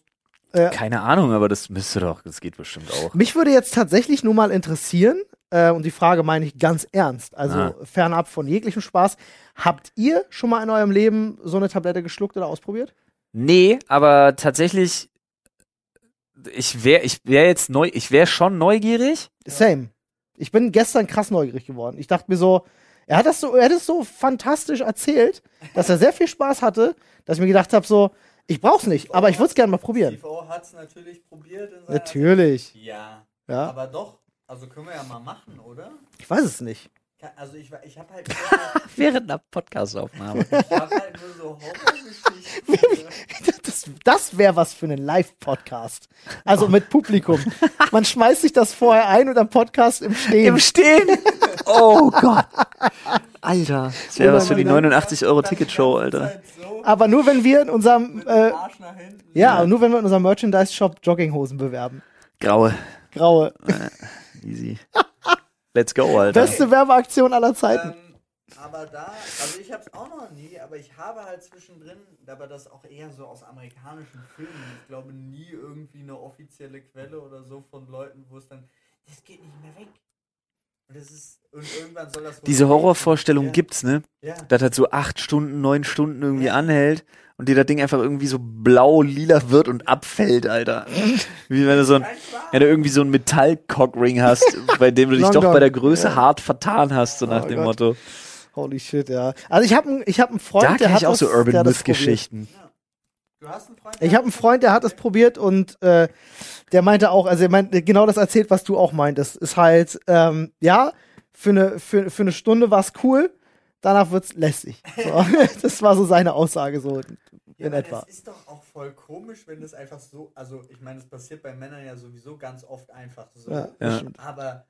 S2: keine Ahnung, aber das müsste doch, das geht bestimmt auch.
S1: Mich würde jetzt tatsächlich nur mal interessieren, äh, und die Frage meine ich ganz ernst, also
S2: Ah.
S1: fernab von jeglichem Spaß, habt ihr schon mal in eurem Leben so eine Tablette geschluckt oder ausprobiert?
S2: Nee, aber tatsächlich, ich wäre ich wär jetzt neu, ich wäre schon neugierig.
S1: Same. Ich bin gestern krass neugierig geworden. Ich dachte mir so, er hat das so, er hat es so fantastisch erzählt, dass er sehr viel Spaß hatte, dass ich mir gedacht habe, so, ich brauch's nicht, aber ich würde es gerne mal probieren.
S3: TV hat es natürlich probiert. In seiner-
S1: Natürlich.
S3: Ja,
S1: Ja,
S3: aber doch. Also können wir ja mal machen, oder?
S1: ich weiß es nicht.
S3: Ka- Also ich, wa- ich habe halt, nur-
S2: Während einer Podcastaufnahme.
S3: ich hab halt nur so Horrorgeschichten. äh.
S1: Das, das wäre was für einen Live-Podcast. Also mit Publikum. Man schmeißt sich das vorher ein und am Podcast im Stehen.
S2: Im Stehen! Oh Gott! Alter. Das wäre was für die
S1: Wunderbar.
S2: 89 Euro Ticketshow, Alter.
S3: Halt so,
S1: aber nur wenn wir in unserem, Ähm, äh,
S3: Arsch nach hinten.
S1: ja, aber nur wenn wir in unserem Merchandise-Shop Jogginghosen bewerben.
S2: Graue.
S1: Graue.
S2: Easy. Let's go, Alter.
S1: Beste Werbeaktion aller Zeiten.
S3: Ähm, aber da, also ich habe es auch noch nie, aber ich habe halt zwischendrin, aber das auch eher so aus amerikanischen Filmen. Ich glaube nie irgendwie eine offizielle Quelle oder so von Leuten, wo es dann, das geht nicht mehr weg.
S7: Und, das ist, und irgendwann soll das. wohl-
S2: Diese Horrorvorstellung
S7: Ja.
S2: gibt's, ne?
S7: Ja.
S2: Das halt so acht Stunden, neun Stunden irgendwie anhält und dir das Ding einfach irgendwie so blau-lila wird und abfällt, Alter. Wie wenn du so ein, wenn du irgendwie so einen Metall-Cockring hast, bei dem du dich doch
S1: London.
S2: bei der Größe hart vertan hast, so nach
S1: Oh
S2: dem
S1: Gott.
S2: Motto.
S1: Holy shit, ja. Also ich habe einen ich hab einen Freund,
S2: Da
S1: der
S2: kenne
S1: hat
S2: ich auch
S1: das,
S2: so
S1: der
S2: Urban
S1: hat das probiert.
S2: Myth-Geschichten.
S7: Du hast einen Freund.
S1: Ich habe einen Freund, der hat es probiert und äh, der meinte auch, also er meinte genau das erzählt, was du auch meintest. Ist halt, ähm, ja, für eine, für, für eine Stunde war's cool, danach wird's lästig. So. das war so seine Aussage so in
S7: Ja, aber
S1: etwa.
S7: Das ist doch auch voll komisch, wenn das einfach so, also ich meine, das passiert bei Männern ja sowieso ganz oft einfach so.
S1: Ja, das
S2: Ja.
S1: stimmt.
S7: Aber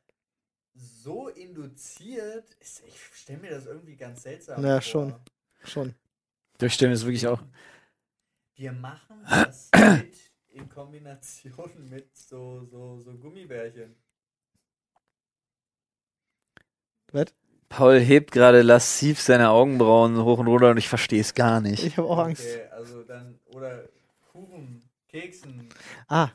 S7: so induziert, ist, ich stelle mir das irgendwie ganz seltsam
S1: Ja,
S7: vor.
S1: schon. Schon.
S2: Ich stelle mir das wirklich auch.
S7: Wir machen das mit in Kombination mit so, so, so Gummibärchen.
S2: Paul hebt gerade lassiv seine Augenbrauen hoch und runter und ich verstehe es gar nicht.
S1: Ich habe auch Angst.
S7: Okay, also dann, oder Kuchen, Keksen,
S1: Ah,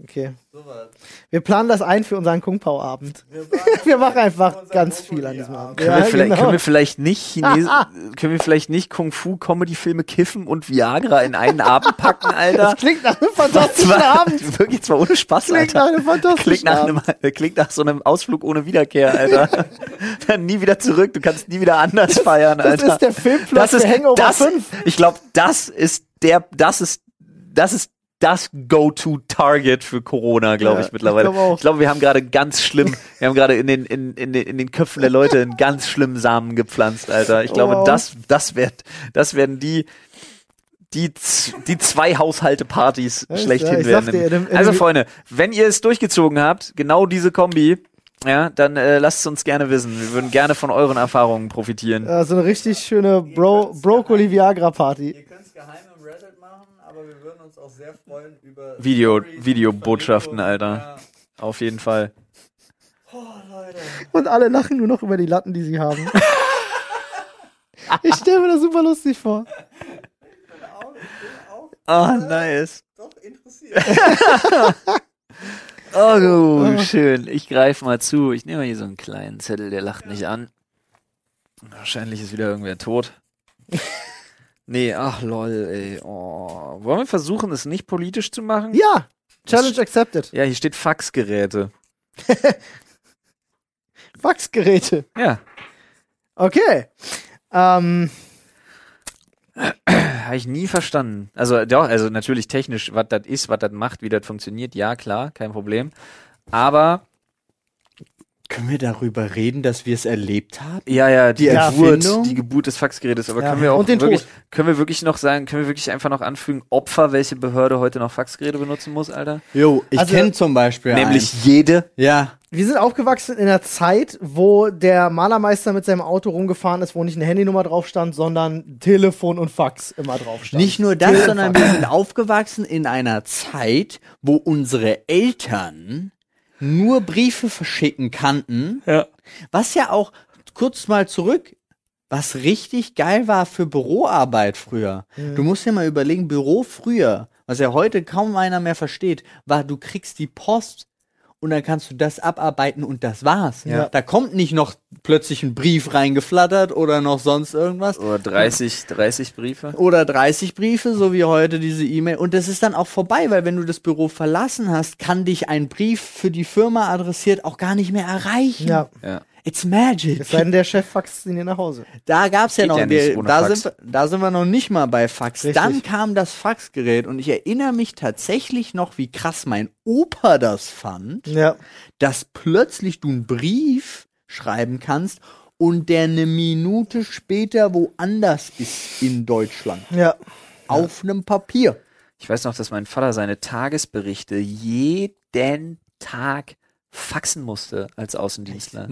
S1: okay.
S7: sowas.
S1: Wir planen das ein für unseren Kung Pao Abend.
S7: Wir machen,
S1: Wir machen einfach
S7: Unser
S1: ganz viel an
S7: Brokkoli
S1: diesem Abend.
S7: Abend.
S2: Können, wir vielleicht,
S1: genau.
S2: können wir vielleicht nicht Chines können wir vielleicht nicht Kung Fu Comedy Filme kiffen und Viagra in einen Abend packen, Alter?
S1: das klingt nach einem fantastischen Abend.
S2: Wirklich zwar ohne Spaß,
S1: Klingt nach
S2: Alter.
S1: einem fantastischen
S2: Klingt nach,
S1: Abend.
S2: einem, klingt nach so einem Ausflug ohne Wiederkehr, Alter. Dann nie wieder zurück, du kannst nie wieder anders feiern,
S1: das
S2: Alter.
S1: ist der Filmplot für Hangover
S2: das,
S1: 5.
S2: Ich glaube, das ist der, das ist, das ist das Go-to-Target für Corona, glaube
S1: Ja,
S2: ich, mittlerweile.
S1: ich
S2: Ich
S1: glaub auch.
S2: glaube, wir haben gerade ganz schlimm, wir haben gerade in den, in, in, den- in den Köpfen der Leute einen ganz schlimmen Samen gepflanzt, Alter. Ich glaube,
S1: wow.
S2: das, das wird, das werden die, die, z- die zwei Haushalte-Partys
S1: Ja,
S2: schlechthin
S1: ja, ich
S2: werden.
S1: sag dir, in einem- in
S2: also,
S1: einem-
S2: Freunde, wenn ihr es durchgezogen habt, genau diese Kombi, ja, dann äh, lasst es uns gerne wissen. Wir würden gerne von euren Erfahrungen profitieren.
S1: Ja, so eine richtig schöne Bro Broccoli Viagra Party.
S7: Ihr könnt es geheim im Reddit machen, aber wir würden uns auch sehr freuen über
S2: Video-
S7: Stories,
S2: Videobotschaften,
S7: Verlinkungen,
S2: Alter. Auf jeden Fall.
S7: Ja. Oh, Leute.
S1: Und alle lachen nur noch über die Latten, die sie haben. Ich stelle mir das super lustig vor.
S7: Ich bin auch, ich bin auch
S2: Ah, nice.
S7: doch interessiert.
S2: Oh, du, schön. Ich greife mal zu. Ich nehme mal hier so einen kleinen Zettel, der lacht nicht an. Wahrscheinlich ist wieder irgendwer tot. Nee, ach lol, ey. Oh. Wollen wir versuchen, es nicht politisch zu machen?
S1: Ja, Challenge accepted.
S2: Ja, hier steht Faxgeräte.
S1: Faxgeräte.
S2: Ja,
S1: Okay. Ähm,
S2: habe ich nie verstanden. Also doch, also natürlich technisch, was das ist, was das macht, wie das funktioniert, ja klar, kein Problem. Aber
S3: Können wir darüber reden, dass wir es erlebt haben?
S2: Ja, ja, die,
S3: Die
S2: Geburt,
S3: Erfindung?
S2: die Geburt des Faxgerätes. Aber
S1: Ja.
S2: können wir auch
S1: Und den
S2: wirklich,
S1: Tod.
S2: können wir wirklich noch sagen, können wir wirklich einfach noch anfügen, Opfer, welche Behörde heute noch Faxgeräte benutzen muss, Alter?
S3: Jo, ich
S1: Also-
S3: kenn kenne zum Beispiel
S2: Nämlich
S3: einen.
S2: jede.
S3: Ja,
S1: wir sind aufgewachsen in einer Zeit, wo der Malermeister mit seinem Auto rumgefahren ist, wo nicht eine Handynummer drauf stand, sondern Telefon und Fax immer drauf stand.
S3: nicht nur das, sondern wir sind aufgewachsen in einer Zeit, wo unsere Eltern nur Briefe verschicken kannten.
S2: Ja.
S3: Was ja auch kurz mal zurück, was richtig geil war für Büroarbeit früher. Du musst dir mal überlegen, Büro früher, was ja heute kaum einer mehr versteht, war, du kriegst die Post und dann kannst du das abarbeiten und das war's.
S1: Ja.
S3: Da kommt nicht noch plötzlich ein Brief reingeflattert oder noch sonst irgendwas
S2: Oder 30, 30 Oh, Briefe.
S3: oder 30 Briefe, so wie heute diese E-Mail. Und das ist dann auch vorbei, weil wenn du das Büro verlassen hast, kann dich ein Brief für die Firma adressiert auch gar nicht mehr erreichen.
S1: Ja,
S3: It's magic.
S1: es sei denn, der Chef faxt ihn dir nach Hause.
S3: Da gab's ja
S2: Geht
S3: noch,
S2: ja
S3: die-
S2: nicht ohne
S3: da,
S2: Fax.
S3: sind, wir- da sind wir noch nicht mal bei Fax.
S1: Richtig.
S3: Dann kam das Faxgerät und ich erinnere mich tatsächlich noch, wie krass mein Opa das fand,
S1: Ja.
S3: dass plötzlich du einen Brief schreiben kannst und der eine Minute später woanders ist in Deutschland.
S1: Ja.
S3: Auf einem Papier.
S2: Ich weiß noch, dass mein Vater seine Tagesberichte Hm. jeden Tag faxen musste als Außendienstler.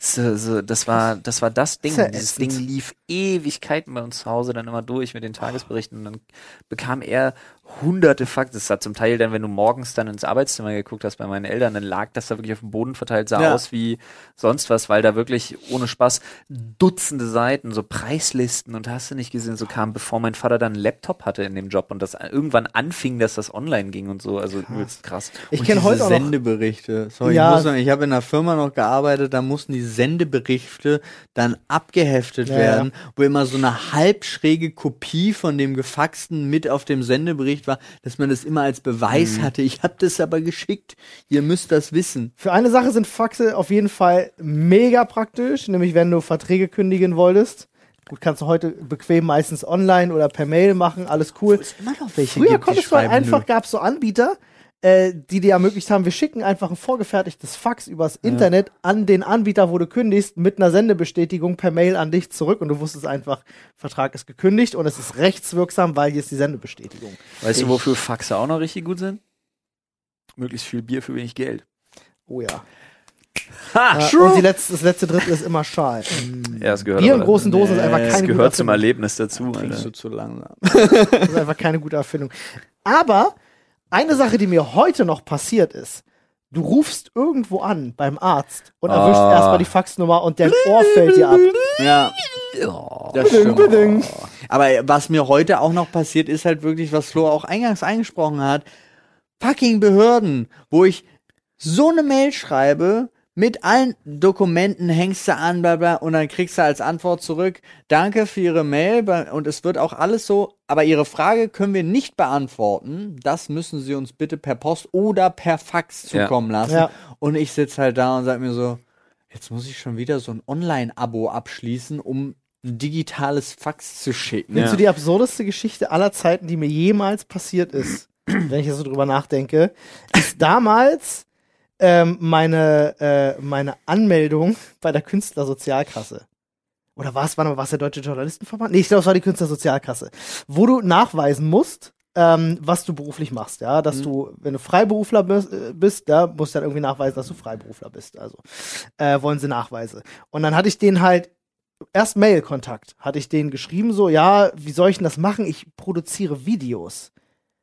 S2: So, so, das war, das war das Ding.
S1: Ist ja
S2: Dieses Ding
S1: ätzend.
S2: lief Ewigkeiten bei uns zu Hause dann immer durch mit den Tagesberichten und dann bekam er hunderte Fakten. Das hat zum Teil dann, wenn du morgens dann ins Arbeitszimmer geguckt hast bei meinen Eltern, dann lag das da wirklich auf dem Boden verteilt, sah
S3: Ja.
S2: aus wie sonst was, weil da wirklich ohne Spaß Dutzende Seiten, so Preislisten und hast du nicht gesehen, so kam, bevor mein Vater dann einen Laptop hatte in dem Job und das äh, irgendwann anfing, dass das online ging und so. Also übelst krass.
S1: Ich
S3: Und
S1: kenne
S3: diese
S1: heute auch noch.
S3: Sendeberichte. Sorry,
S1: Ja.
S3: ich, muss sagen, ich habe in einer Firma noch gearbeitet, da mussten die Sendeberichte dann abgeheftet
S1: Ja,
S3: werden, wo immer so eine halbschräge Kopie von dem Gefaxten mit auf dem Sendebericht war, dass man das immer als Beweis hatte. Ich habe das aber geschickt. Ihr müsst das wissen.
S1: Für eine Sache sind Faxe auf jeden Fall mega praktisch, nämlich wenn du Verträge kündigen wolltest. Gut, kannst du heute bequem meistens online oder per Mail machen, alles cool.
S3: Immer noch welche
S1: Früher
S3: gibt, die
S1: konntest du halt
S3: schreiben,
S1: einfach,
S3: nö.
S1: gab es so Anbieter, äh, die dir ermöglicht haben, wir schicken einfach ein vorgefertigtes Fax übers Internet an den Anbieter, wo du kündigst, mit einer Sendebestätigung per Mail an dich zurück und du wusstest einfach, Vertrag ist gekündigt und es ist rechtswirksam, weil hier ist die Sendebestätigung.
S2: Weißt du, wofür Faxe auch noch richtig gut sind? Möglichst viel Bier für wenig Geld.
S1: Oh ja.
S3: Ah,
S2: Ha!
S1: Äh, und die letzte, das letzte Drittel ist immer Schal. Mm.
S2: Ja, es gehört
S1: Bier in
S2: aber-
S1: großen Dosen ist einfach
S3: Nee,
S1: keine
S2: Es
S1: gute
S2: gehört zum
S1: Erfindung.
S2: Erlebnis dazu.
S3: Trinkst
S2: Alter.
S3: du zu langsam.
S1: Das ist einfach keine gute Erfindung. Aber eine Sache, die mir heute noch passiert ist, du rufst irgendwo an beim Arzt und erwischst
S2: Ah.
S1: erstmal die Faxnummer und dein Ohr fällt dir ab.
S3: Ja. Das
S1: Beding,
S3: stimmt.
S1: beding.
S3: Aber was mir heute auch noch passiert, ist halt wirklich, was Flo auch eingangs angesprochen hat. Fucking Behörden, wo ich so eine Mail schreibe, mit allen Dokumenten hängst du an, bla bla, und dann kriegst du als Antwort zurück, danke für Ihre Mail, ba- und es wird auch alles so, aber Ihre Frage können wir nicht beantworten, das müssen Sie uns bitte per Post oder per Fax
S2: Ja.
S3: zukommen lassen.
S1: Ja.
S3: Und ich sitze halt da und sag mir so, jetzt muss ich schon wieder so ein Online-Abo abschließen, um ein digitales Fax zu schicken.
S1: Willst du die absurdeste Geschichte aller Zeiten, die mir jemals passiert ist, wenn ich jetzt so drüber nachdenke, ist damals ähm, meine, äh, meine Anmeldung bei der Künstlersozialkasse. Oder war es, war war es der Deutsche Journalistenverband? Nee, ich glaube, es war die Künstlersozialkasse. Wo du nachweisen musst, ähm, was du beruflich machst, ja, dass du, wenn du Freiberufler bist, äh, bist, da musst du dann irgendwie nachweisen, dass du Freiberufler bist. Also äh, wollen sie Nachweise. Und dann hatte ich den halt erst Mail-Kontakt. Hatte ich denen geschrieben, so, ja, wie soll ich denn das machen? Ich produziere Videos.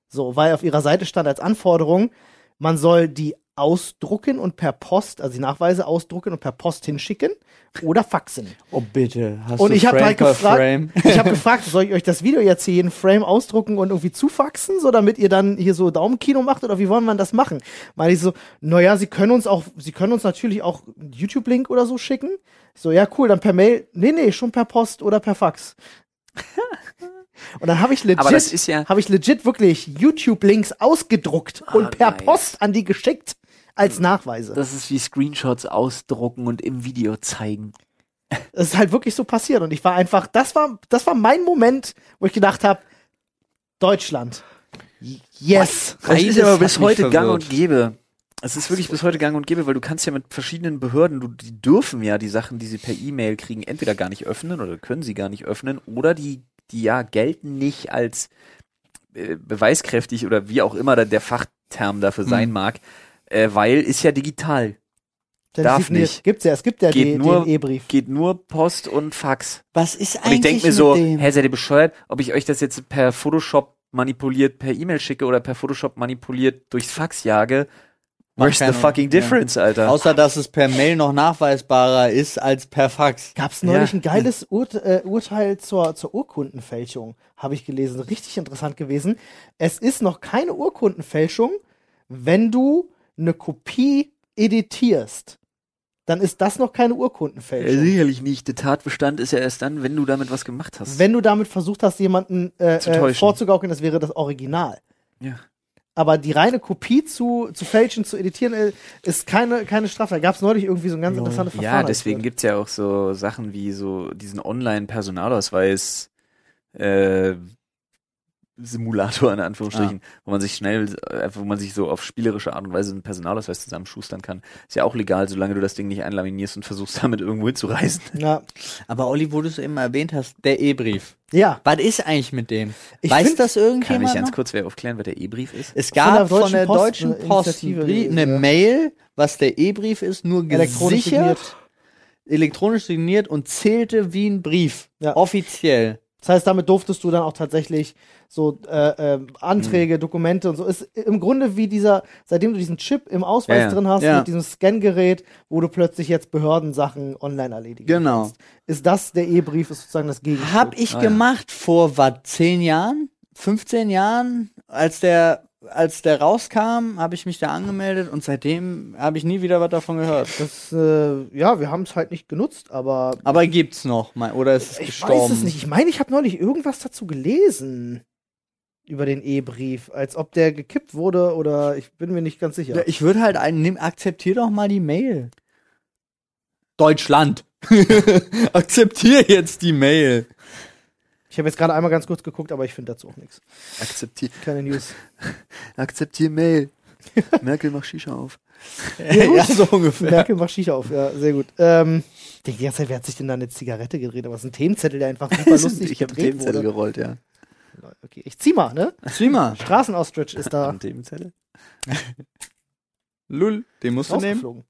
S1: So, weil auf ihrer Seite stand als Anforderung, man soll die ausdrucken und per Post, also die Nachweise ausdrucken und per Post hinschicken oder faxen.
S3: Oh bitte, hast
S1: Und
S3: du
S1: ich habe
S3: Frame
S1: halt
S3: per
S1: gefragt,
S3: Frame?
S1: ich habe gefragt, soll ich euch das Video jetzt hier jeden Frame ausdrucken und irgendwie zufaxen, so damit ihr dann hier so Daumenkino macht oder wie wollen wir das machen? Meine ich so, naja, sie können uns auch, sie können uns natürlich auch einen YouTube-Link oder so schicken. Ich So, ja, cool, dann per Mail, nee, nee, schon per Post oder per Fax. und dann habe ich legit,
S2: Aber das ist ja-
S1: habe ich legit wirklich YouTube-Links ausgedruckt und per
S2: Ah, nice. Mhm.
S1: Post an die geschickt als Nachweise.
S2: Das ist wie Screenshots ausdrucken und im Video zeigen.
S1: Es ist halt wirklich so passiert und ich war einfach, das war, das war mein Moment, wo ich gedacht habe, Deutschland. Yes.
S2: Das ist
S3: Beides
S2: aber
S3: hat
S2: bis
S3: mich
S2: heute gang
S3: verwirrt.
S2: und gäbe. Es ist wirklich bis heute gang und gäbe, weil du kannst ja mit verschiedenen Behörden, du, die dürfen ja die Sachen, die sie per E-Mail kriegen, entweder gar nicht öffnen oder können sie gar nicht öffnen oder die, die ja gelten nicht als äh, beweiskräftig oder wie auch immer da der Fachterm dafür sein mag, äh, weil ist ja digital. darf
S1: Definiert.
S2: nicht.
S1: Gibt's ja, es gibt ja
S2: Geht
S1: den
S2: nur-
S1: DNE-Brief.
S2: Geht nur Post und Fax.
S3: Was ist
S2: Und
S3: eigentlich
S2: ich denke mir
S3: mit
S2: so,
S3: dem?
S2: hä, seid ihr bescheuert, ob ich euch das jetzt per Photoshop manipuliert per E-Mail schicke oder per Photoshop manipuliert durchs Fax jage?
S3: Macht
S2: Where's the
S3: keine-
S2: fucking
S3: ja.
S2: difference, Alter?
S3: Außer, dass es per Mail noch nachweisbarer ist als per Fax.
S1: Gab's neulich
S2: Ja.
S1: ein geiles Urte äh, Urteil zur, zur Urkundenfälschung, habe ich gelesen. Richtig interessant gewesen. Es ist noch keine Urkundenfälschung, wenn du eine Kopie editierst. Dann ist das noch keine
S2: Äh,
S1: Urkundenfälschung.
S2: sicherlich nicht. Der Tatbestand ist ja erst dann, wenn du damit was gemacht hast.
S1: Wenn du damit versucht hast, jemanden äh,
S2: Zu
S1: äh,
S2: täuschen.
S1: vorzugaukeln, das wäre das Original.
S2: ja.
S1: Aber die reine Kopie zu, zu fälschen, zu editieren, äh, ist keine, keine Strafe. Da gab es neulich irgendwie so ein ganz interessantes Verfahren.
S2: ja, deswegen gibt's ja auch so Sachen wie so diesen Online-Personalausweis äh, Simulator in Anführungsstrichen, wo man sich schnell, äh, wo man sich so auf spielerische Art und Weise einen Personalausweis zusammenschustern kann. Ist ja auch legal, solange du das Ding nicht einlaminierst und versuchst damit irgendwo hinzureisen.
S1: Ja,
S3: Aber Olli, wo du es eben erwähnt hast, der E-Brief.
S1: ja.
S3: Was ist eigentlich mit dem?
S1: Ich
S3: Weiß
S1: find-
S3: das
S2: Kann
S3: irgendjemand
S2: mich ganz
S3: noch?
S2: kurz wer aufklären, wer der E-Brief ist?
S3: Es gab
S1: Deutschen
S3: von der
S1: Post
S3: Deutschen
S1: eine
S3: Post,
S1: Initiative
S3: Brie-
S1: gewesen,
S3: eine
S1: ja.
S3: Mail, was der E-Brief ist, nur
S1: elektronisch
S3: gesichert.
S1: signiert.
S3: elektronisch signiert und zählte wie ein Brief.
S1: Ja.
S3: Offiziell.
S1: Das heißt, damit durftest du dann auch tatsächlich so äh, ähm,
S3: Hm.
S1: Anträge, Dokumente und so. Ist im Grunde wie dieser, seitdem du diesen Chip im Ausweis
S3: Ja, ja.
S1: drin hast,
S3: Ja.
S1: mit diesem Scangerät, wo du plötzlich jetzt Behördensachen online erledigen
S3: Genau.
S1: kannst. Ist das der E-Brief, ist sozusagen das Gegenstück.
S3: Hab ich gemacht vor was, zehn Jahren, 15 Jahren, als der, als der rauskam, habe ich mich da angemeldet und seitdem habe ich nie wieder was davon gehört.
S1: das, äh, ja, wir haben es halt nicht genutzt, aber
S3: Aber gibt's noch mal oder ist es
S1: ich
S3: gestorben?
S1: weiß es nicht. Ich meine, ich habe neulich irgendwas dazu gelesen über den E-Brief, als ob der gekippt wurde oder ich bin mir nicht ganz sicher.
S3: Ich würde halt einen nehmen, akzeptier doch mal die Mail. Deutschland. akzeptier jetzt die Mail.
S1: Ich habe jetzt gerade einmal ganz kurz geguckt, aber ich finde dazu auch nichts.
S2: Akzeptier,
S1: Keine News.
S2: akzeptier Mail. Merkel macht Shisha auf.
S3: ja, so ungefähr.
S1: Merkel macht Shisha auf, ja, sehr gut. Ähm, ich denk die ganze Zeit, wer hat sich denn da eine Zigarette gedreht? Aber es ist ein Themenzettel, der einfach super lustig
S2: ich habe einen
S1: gedreht
S2: Themenzettel
S1: wurde.
S2: gerollt, ja.
S1: Okay, ich zieh mal, ne?
S3: Sieh mal.
S1: Straßenostrich ist da
S2: Einen Themenzettel?
S3: Lul, den musst du nehmen.
S1: rausgeflogen.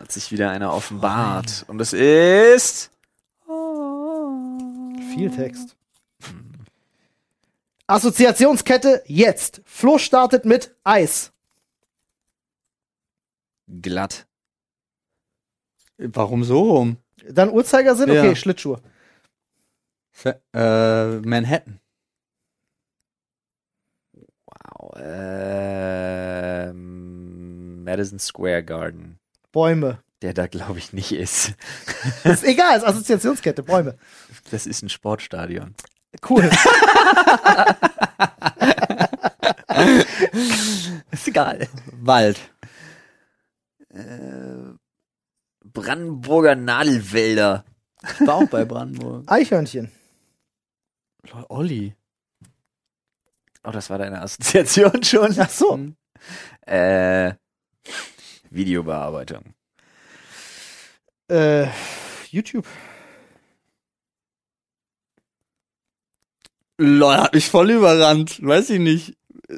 S2: Hat sich wieder einer offenbart. Und das ist.
S1: Viel Text. Assoziationskette jetzt. Flo startet mit Eis.
S2: Glatt.
S3: Warum so rum?
S1: Dann Uhrzeigersinn?
S3: Ja.
S1: Okay, Schlittschuhe.
S3: Fe- Äh, Manhattan.
S2: Wow. Ähm, Madison Square Garden.
S1: Bäume.
S2: Der da, glaube ich, nicht ist.
S1: Ist egal, ist Assoziationskette, Bäume.
S2: Das ist ein Sportstadion.
S1: Cool.
S2: Ist egal.
S3: Wald.
S2: Brandenburger Nadelwälder.
S3: Ich war auch bei Brandenburg.
S1: Eichhörnchen.
S3: Olli.
S2: Oh, das war deine Assoziation schon. Hm.
S1: Ach so.
S2: Äh, Videobearbeitung.
S1: Äh, YouTube.
S3: Lol, hat mich voll überrannt. Weiß ich nicht.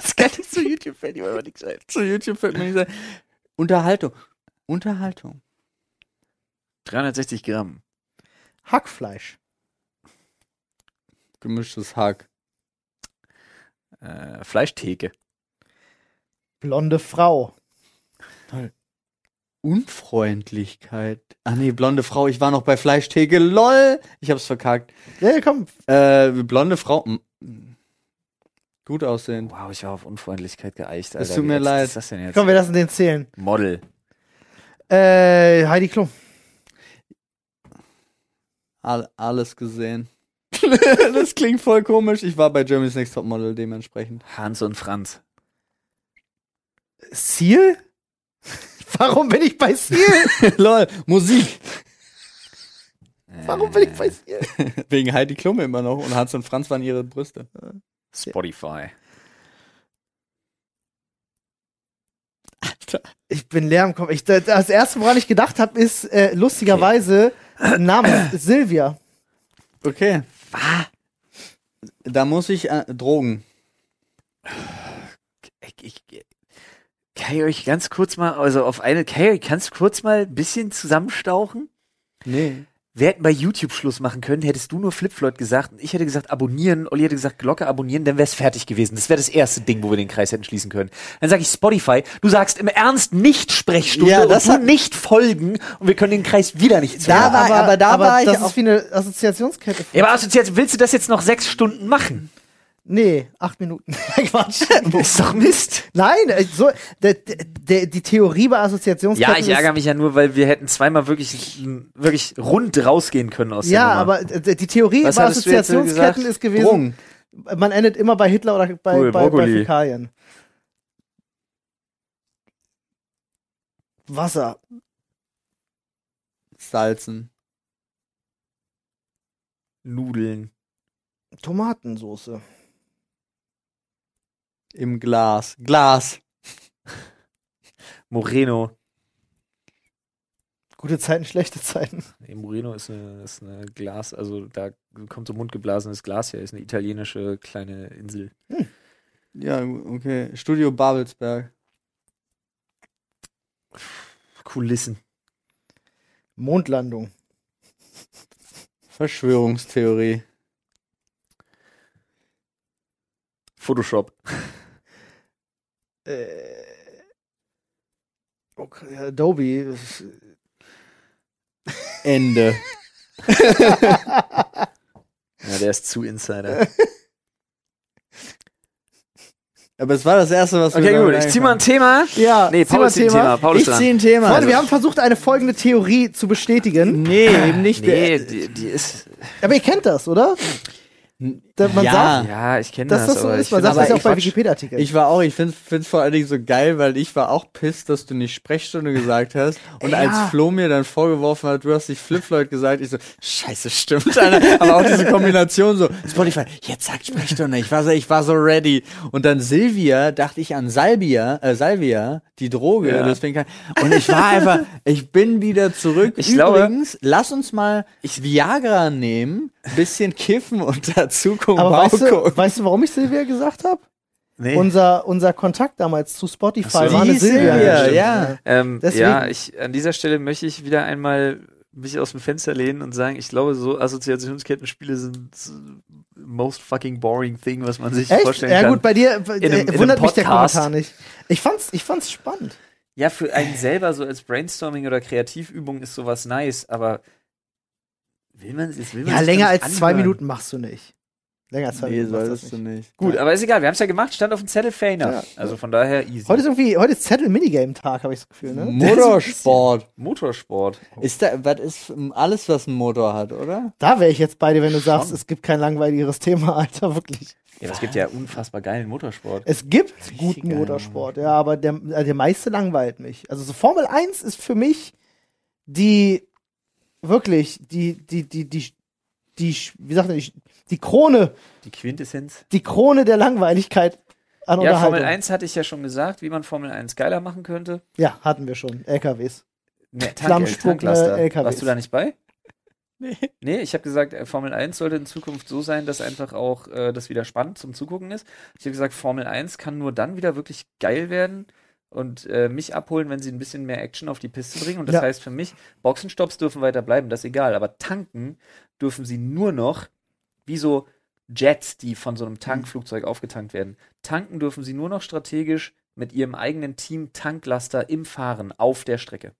S2: Das kann ich zu YouTube fällt mir aber nichts ein.
S3: Zu YouTube fällt mir nicht ein. Unterhaltung. Unterhaltung.
S2: 360 Gramm.
S1: Hackfleisch.
S3: Gemischtes Hack.
S2: Äh, Fleischtheke.
S1: Blonde Frau.
S3: Unfreundlichkeit. Ah nee, blonde Frau. Ich war noch bei Fleischtheke. Lol. Ich hab's verkackt.
S1: Ja, komm.
S3: Äh, blonde Frau. M- m- Gut aussehend.
S2: Wow, ich war auf Unfreundlichkeit geeicht, Alter.
S3: Es tut mir
S2: Wie ätzend
S3: leid.
S2: Ist das denn jetzt?
S1: Komm, wir lassen den zählen.
S2: Model.
S1: Äh, Heidi Klum.
S3: All, alles gesehen. das klingt voll komisch. Ich war bei Germany's Next Topmodel dementsprechend.
S2: Hans und Franz.
S1: Seal? Warum bin ich bei Seal?
S3: Lol. Musik.
S1: Warum bin ich bei Seal?
S3: Wegen Heidi Klum immer noch. Und Hans und Franz waren ihre Brüste.
S2: Äh, Spotify.
S1: Ich bin leer im Kopf. Ich, das- das erste, woran ich gedacht habe, ist äh, lustigerweise Name Silvia.
S3: Okay. Da muss ich äh, Drogen.
S2: Ich, ich, kann ich euch ganz kurz mal, also auf eine, kann ich, kannst du kurz mal ein bisschen zusammenstauchen?
S3: Nee.
S2: Wir hätten bei YouTube Schluss machen können, hättest du nur Flipfloyd gesagt und ich hätte gesagt abonnieren, Olli hätte gesagt Glocke abonnieren, dann wär's fertig gewesen. Das wäre das erste Ding, wo wir den Kreis hätten schließen können. Dann sage ich Spotify, du sagst im Ernst nicht Sprechstunde
S3: Ja, das
S2: und
S3: hat-
S2: du nicht folgen und wir können den Kreis wieder nicht
S3: Da
S2: zumachen.
S3: war- aber da war ich
S1: das
S3: auch-
S1: ist wie eine Assoziationskette.
S2: Ja, aber assoziiert, willst du das jetzt noch sechs Stunden machen?
S1: Nee, acht Minuten. Quatsch.
S2: ist doch Mist.
S1: Nein, äh, so, der, der, die Theorie bei Assoziationsketten
S2: Ja, ich ärgere mich ja nur, weil wir hätten zweimal wirklich, wirklich rund rausgehen können aus
S1: ist, ja,
S2: der Nummer.
S1: aber äh, die Theorie
S2: Was
S1: bei
S2: hattest du jetzt
S1: Assoziationsketten
S2: gesagt?
S1: ist gewesen,
S3: Drogen.
S1: man endet immer bei Hitler oder bei,
S2: Cool,
S1: bei, bei
S2: Brokkoli.
S1: Fäkalien. Wasser.
S3: Salzen.
S2: Nudeln.
S1: Tomatensoße.
S3: Im Glas. Glas.
S2: Moreno.
S1: Gute Zeiten, schlechte Zeiten.
S2: Nee, Moreno ist eine, ist eine Glas, also da kommt so mundgeblasenes Glas her, ist eine italienische kleine Insel.
S3: Ja, okay. Studio Babelsberg.
S2: Kulissen.
S1: Mondlandung.
S3: Verschwörungstheorie.
S2: Photoshop.
S1: Äh, okay, Adobe. äh,
S3: Ende.
S2: Ja, der ist zu Insider.
S3: Aber es war das Erste, was
S2: Okay,
S3: mir
S2: gut.
S3: dabei
S2: Ich zieh mal ein Thema.
S1: Ja,
S2: Nee, Paul ist
S1: zieh mal
S2: ein Thema. Paul
S3: eingefallen
S2: ist
S3: ist. Ich
S2: dran.
S3: ziehe ein Thema.
S1: Freunde, wir haben versucht, eine folgende Theorie zu bestätigen.
S3: nee, eben nicht.
S2: Nee, die, die ist.
S1: Aber ihr kennt das, oder? Dass man
S3: ja,
S1: sagt,
S2: Ja, ich kenne
S1: dass
S2: das.
S1: das so
S2: aber
S1: ist.
S2: ich
S1: Man
S2: find
S1: sagt das
S2: aber
S1: ja auch bei
S2: Quatsch.
S1: Wikipedia-Artikeln.
S3: ich war auch, ich finde es vor allen Dingen so geil, weil ich war auch pisst, dass du nicht Sprechstunde gesagt hast. Und als Flo mir dann vorgeworfen hat, du hast nicht Flip Floyd gesagt, ich so, scheiße, stimmt, Alter. Aber auch diese Kombination so, Spotify, jetzt sagt Sprechstunde, ich war so, ich war so ready. Und dann Silvia, dachte ich an Salvia, äh, Salvia, die Droge, deswegen kann, und ich war einfach, ich bin wieder zurück.
S2: Ich glaube-
S3: Übrigens, lass uns mal Viagra nehmen, bisschen kiffen und dazu gucken,
S1: Aber weißt
S3: gucken.
S1: du, weißt du, warum ich Silvia gesagt habe?
S2: Nee.
S1: Unser, unser Kontakt damals zu Spotify
S2: Ach so.
S1: war eine
S3: Die
S1: Silvia.
S3: Silvia,
S1: stimmt.
S3: ja.
S2: Ähm,
S1: Deswegen.
S2: ja, ich, an dieser Stelle möchte ich wieder einmal mich aus dem Fenster lehnen und sagen, ich glaube, so Assoziationskettenspiele sind s- most fucking boring thing, was man sich
S1: Echt?
S2: vorstellen
S1: Ja
S2: kann.
S1: gut, bei dir äh,
S2: In einem- in einem
S1: wundert mich der
S2: Podcast.
S1: Kommentar nicht. Ich fand's, ich fand's spannend.
S2: Ja, für einen selber so als Brainstorming oder Kreativübung ist sowas nice, aber will man es? Will man
S1: Ja,
S2: sich
S1: länger
S2: das
S1: als zwei
S2: anhören?
S1: Minuten machst du nicht. Länger als zwei
S3: Nee,
S1: Minuten machst du
S3: solltest
S1: nicht.
S3: du nicht.
S2: Gut, aber ist egal, wir haben es ja gemacht, stand auf dem Zettel, fair enough.
S1: Ja.
S2: Also von daher easy.
S1: Heute ist irgendwie, heute ist Zettel-Minigame-Tag, habe ich das Gefühl, ne?
S3: Motorsport.
S2: Motorsport.
S3: Ist da, was ist ähm, alles, was einen Motor hat, oder?
S1: Da wäre ich jetzt bei dir, wenn du sagst, es gibt kein langweiligeres Thema, Alter, wirklich.
S2: Ja, aber es gibt ja unfassbar geilen Motorsport.
S1: Es gibt guten Motorsport, ja, aber der, äh, der meiste langweilt mich. Also so Formel 1 ist für mich die wirklich die die die die die wie sagt man die, die Krone,
S2: Die Quintessenz.
S1: die Krone der Langweiligkeit an
S2: Ja,
S1: Unterhaltung.
S2: Formel 1 hatte ich ja schon gesagt, wie man Formel 1 geiler machen könnte.
S1: Ja, hatten wir schon. LKWs.
S2: Ne,
S1: Flammenspuckende LKWs.
S2: Warst du da nicht bei? Nee. Nee, ich habe gesagt, äh, Formel 1 sollte in Zukunft so sein, dass einfach auch äh, das wieder spannend zum Zugucken ist. Ich habe gesagt, Formel 1 kann nur dann wieder wirklich geil werden und äh, mich abholen, wenn sie ein bisschen mehr Action auf die Piste bringen. Und das
S1: Ja.
S2: heißt für mich, Boxenstopps dürfen weiter bleiben, das ist egal. Aber tanken dürfen sie nur noch wie so Jets, die von so einem Tankflugzeug aufgetankt werden. Tanken dürfen sie nur noch strategisch mit ihrem eigenen Team Tanklaster im Fahren auf der Strecke.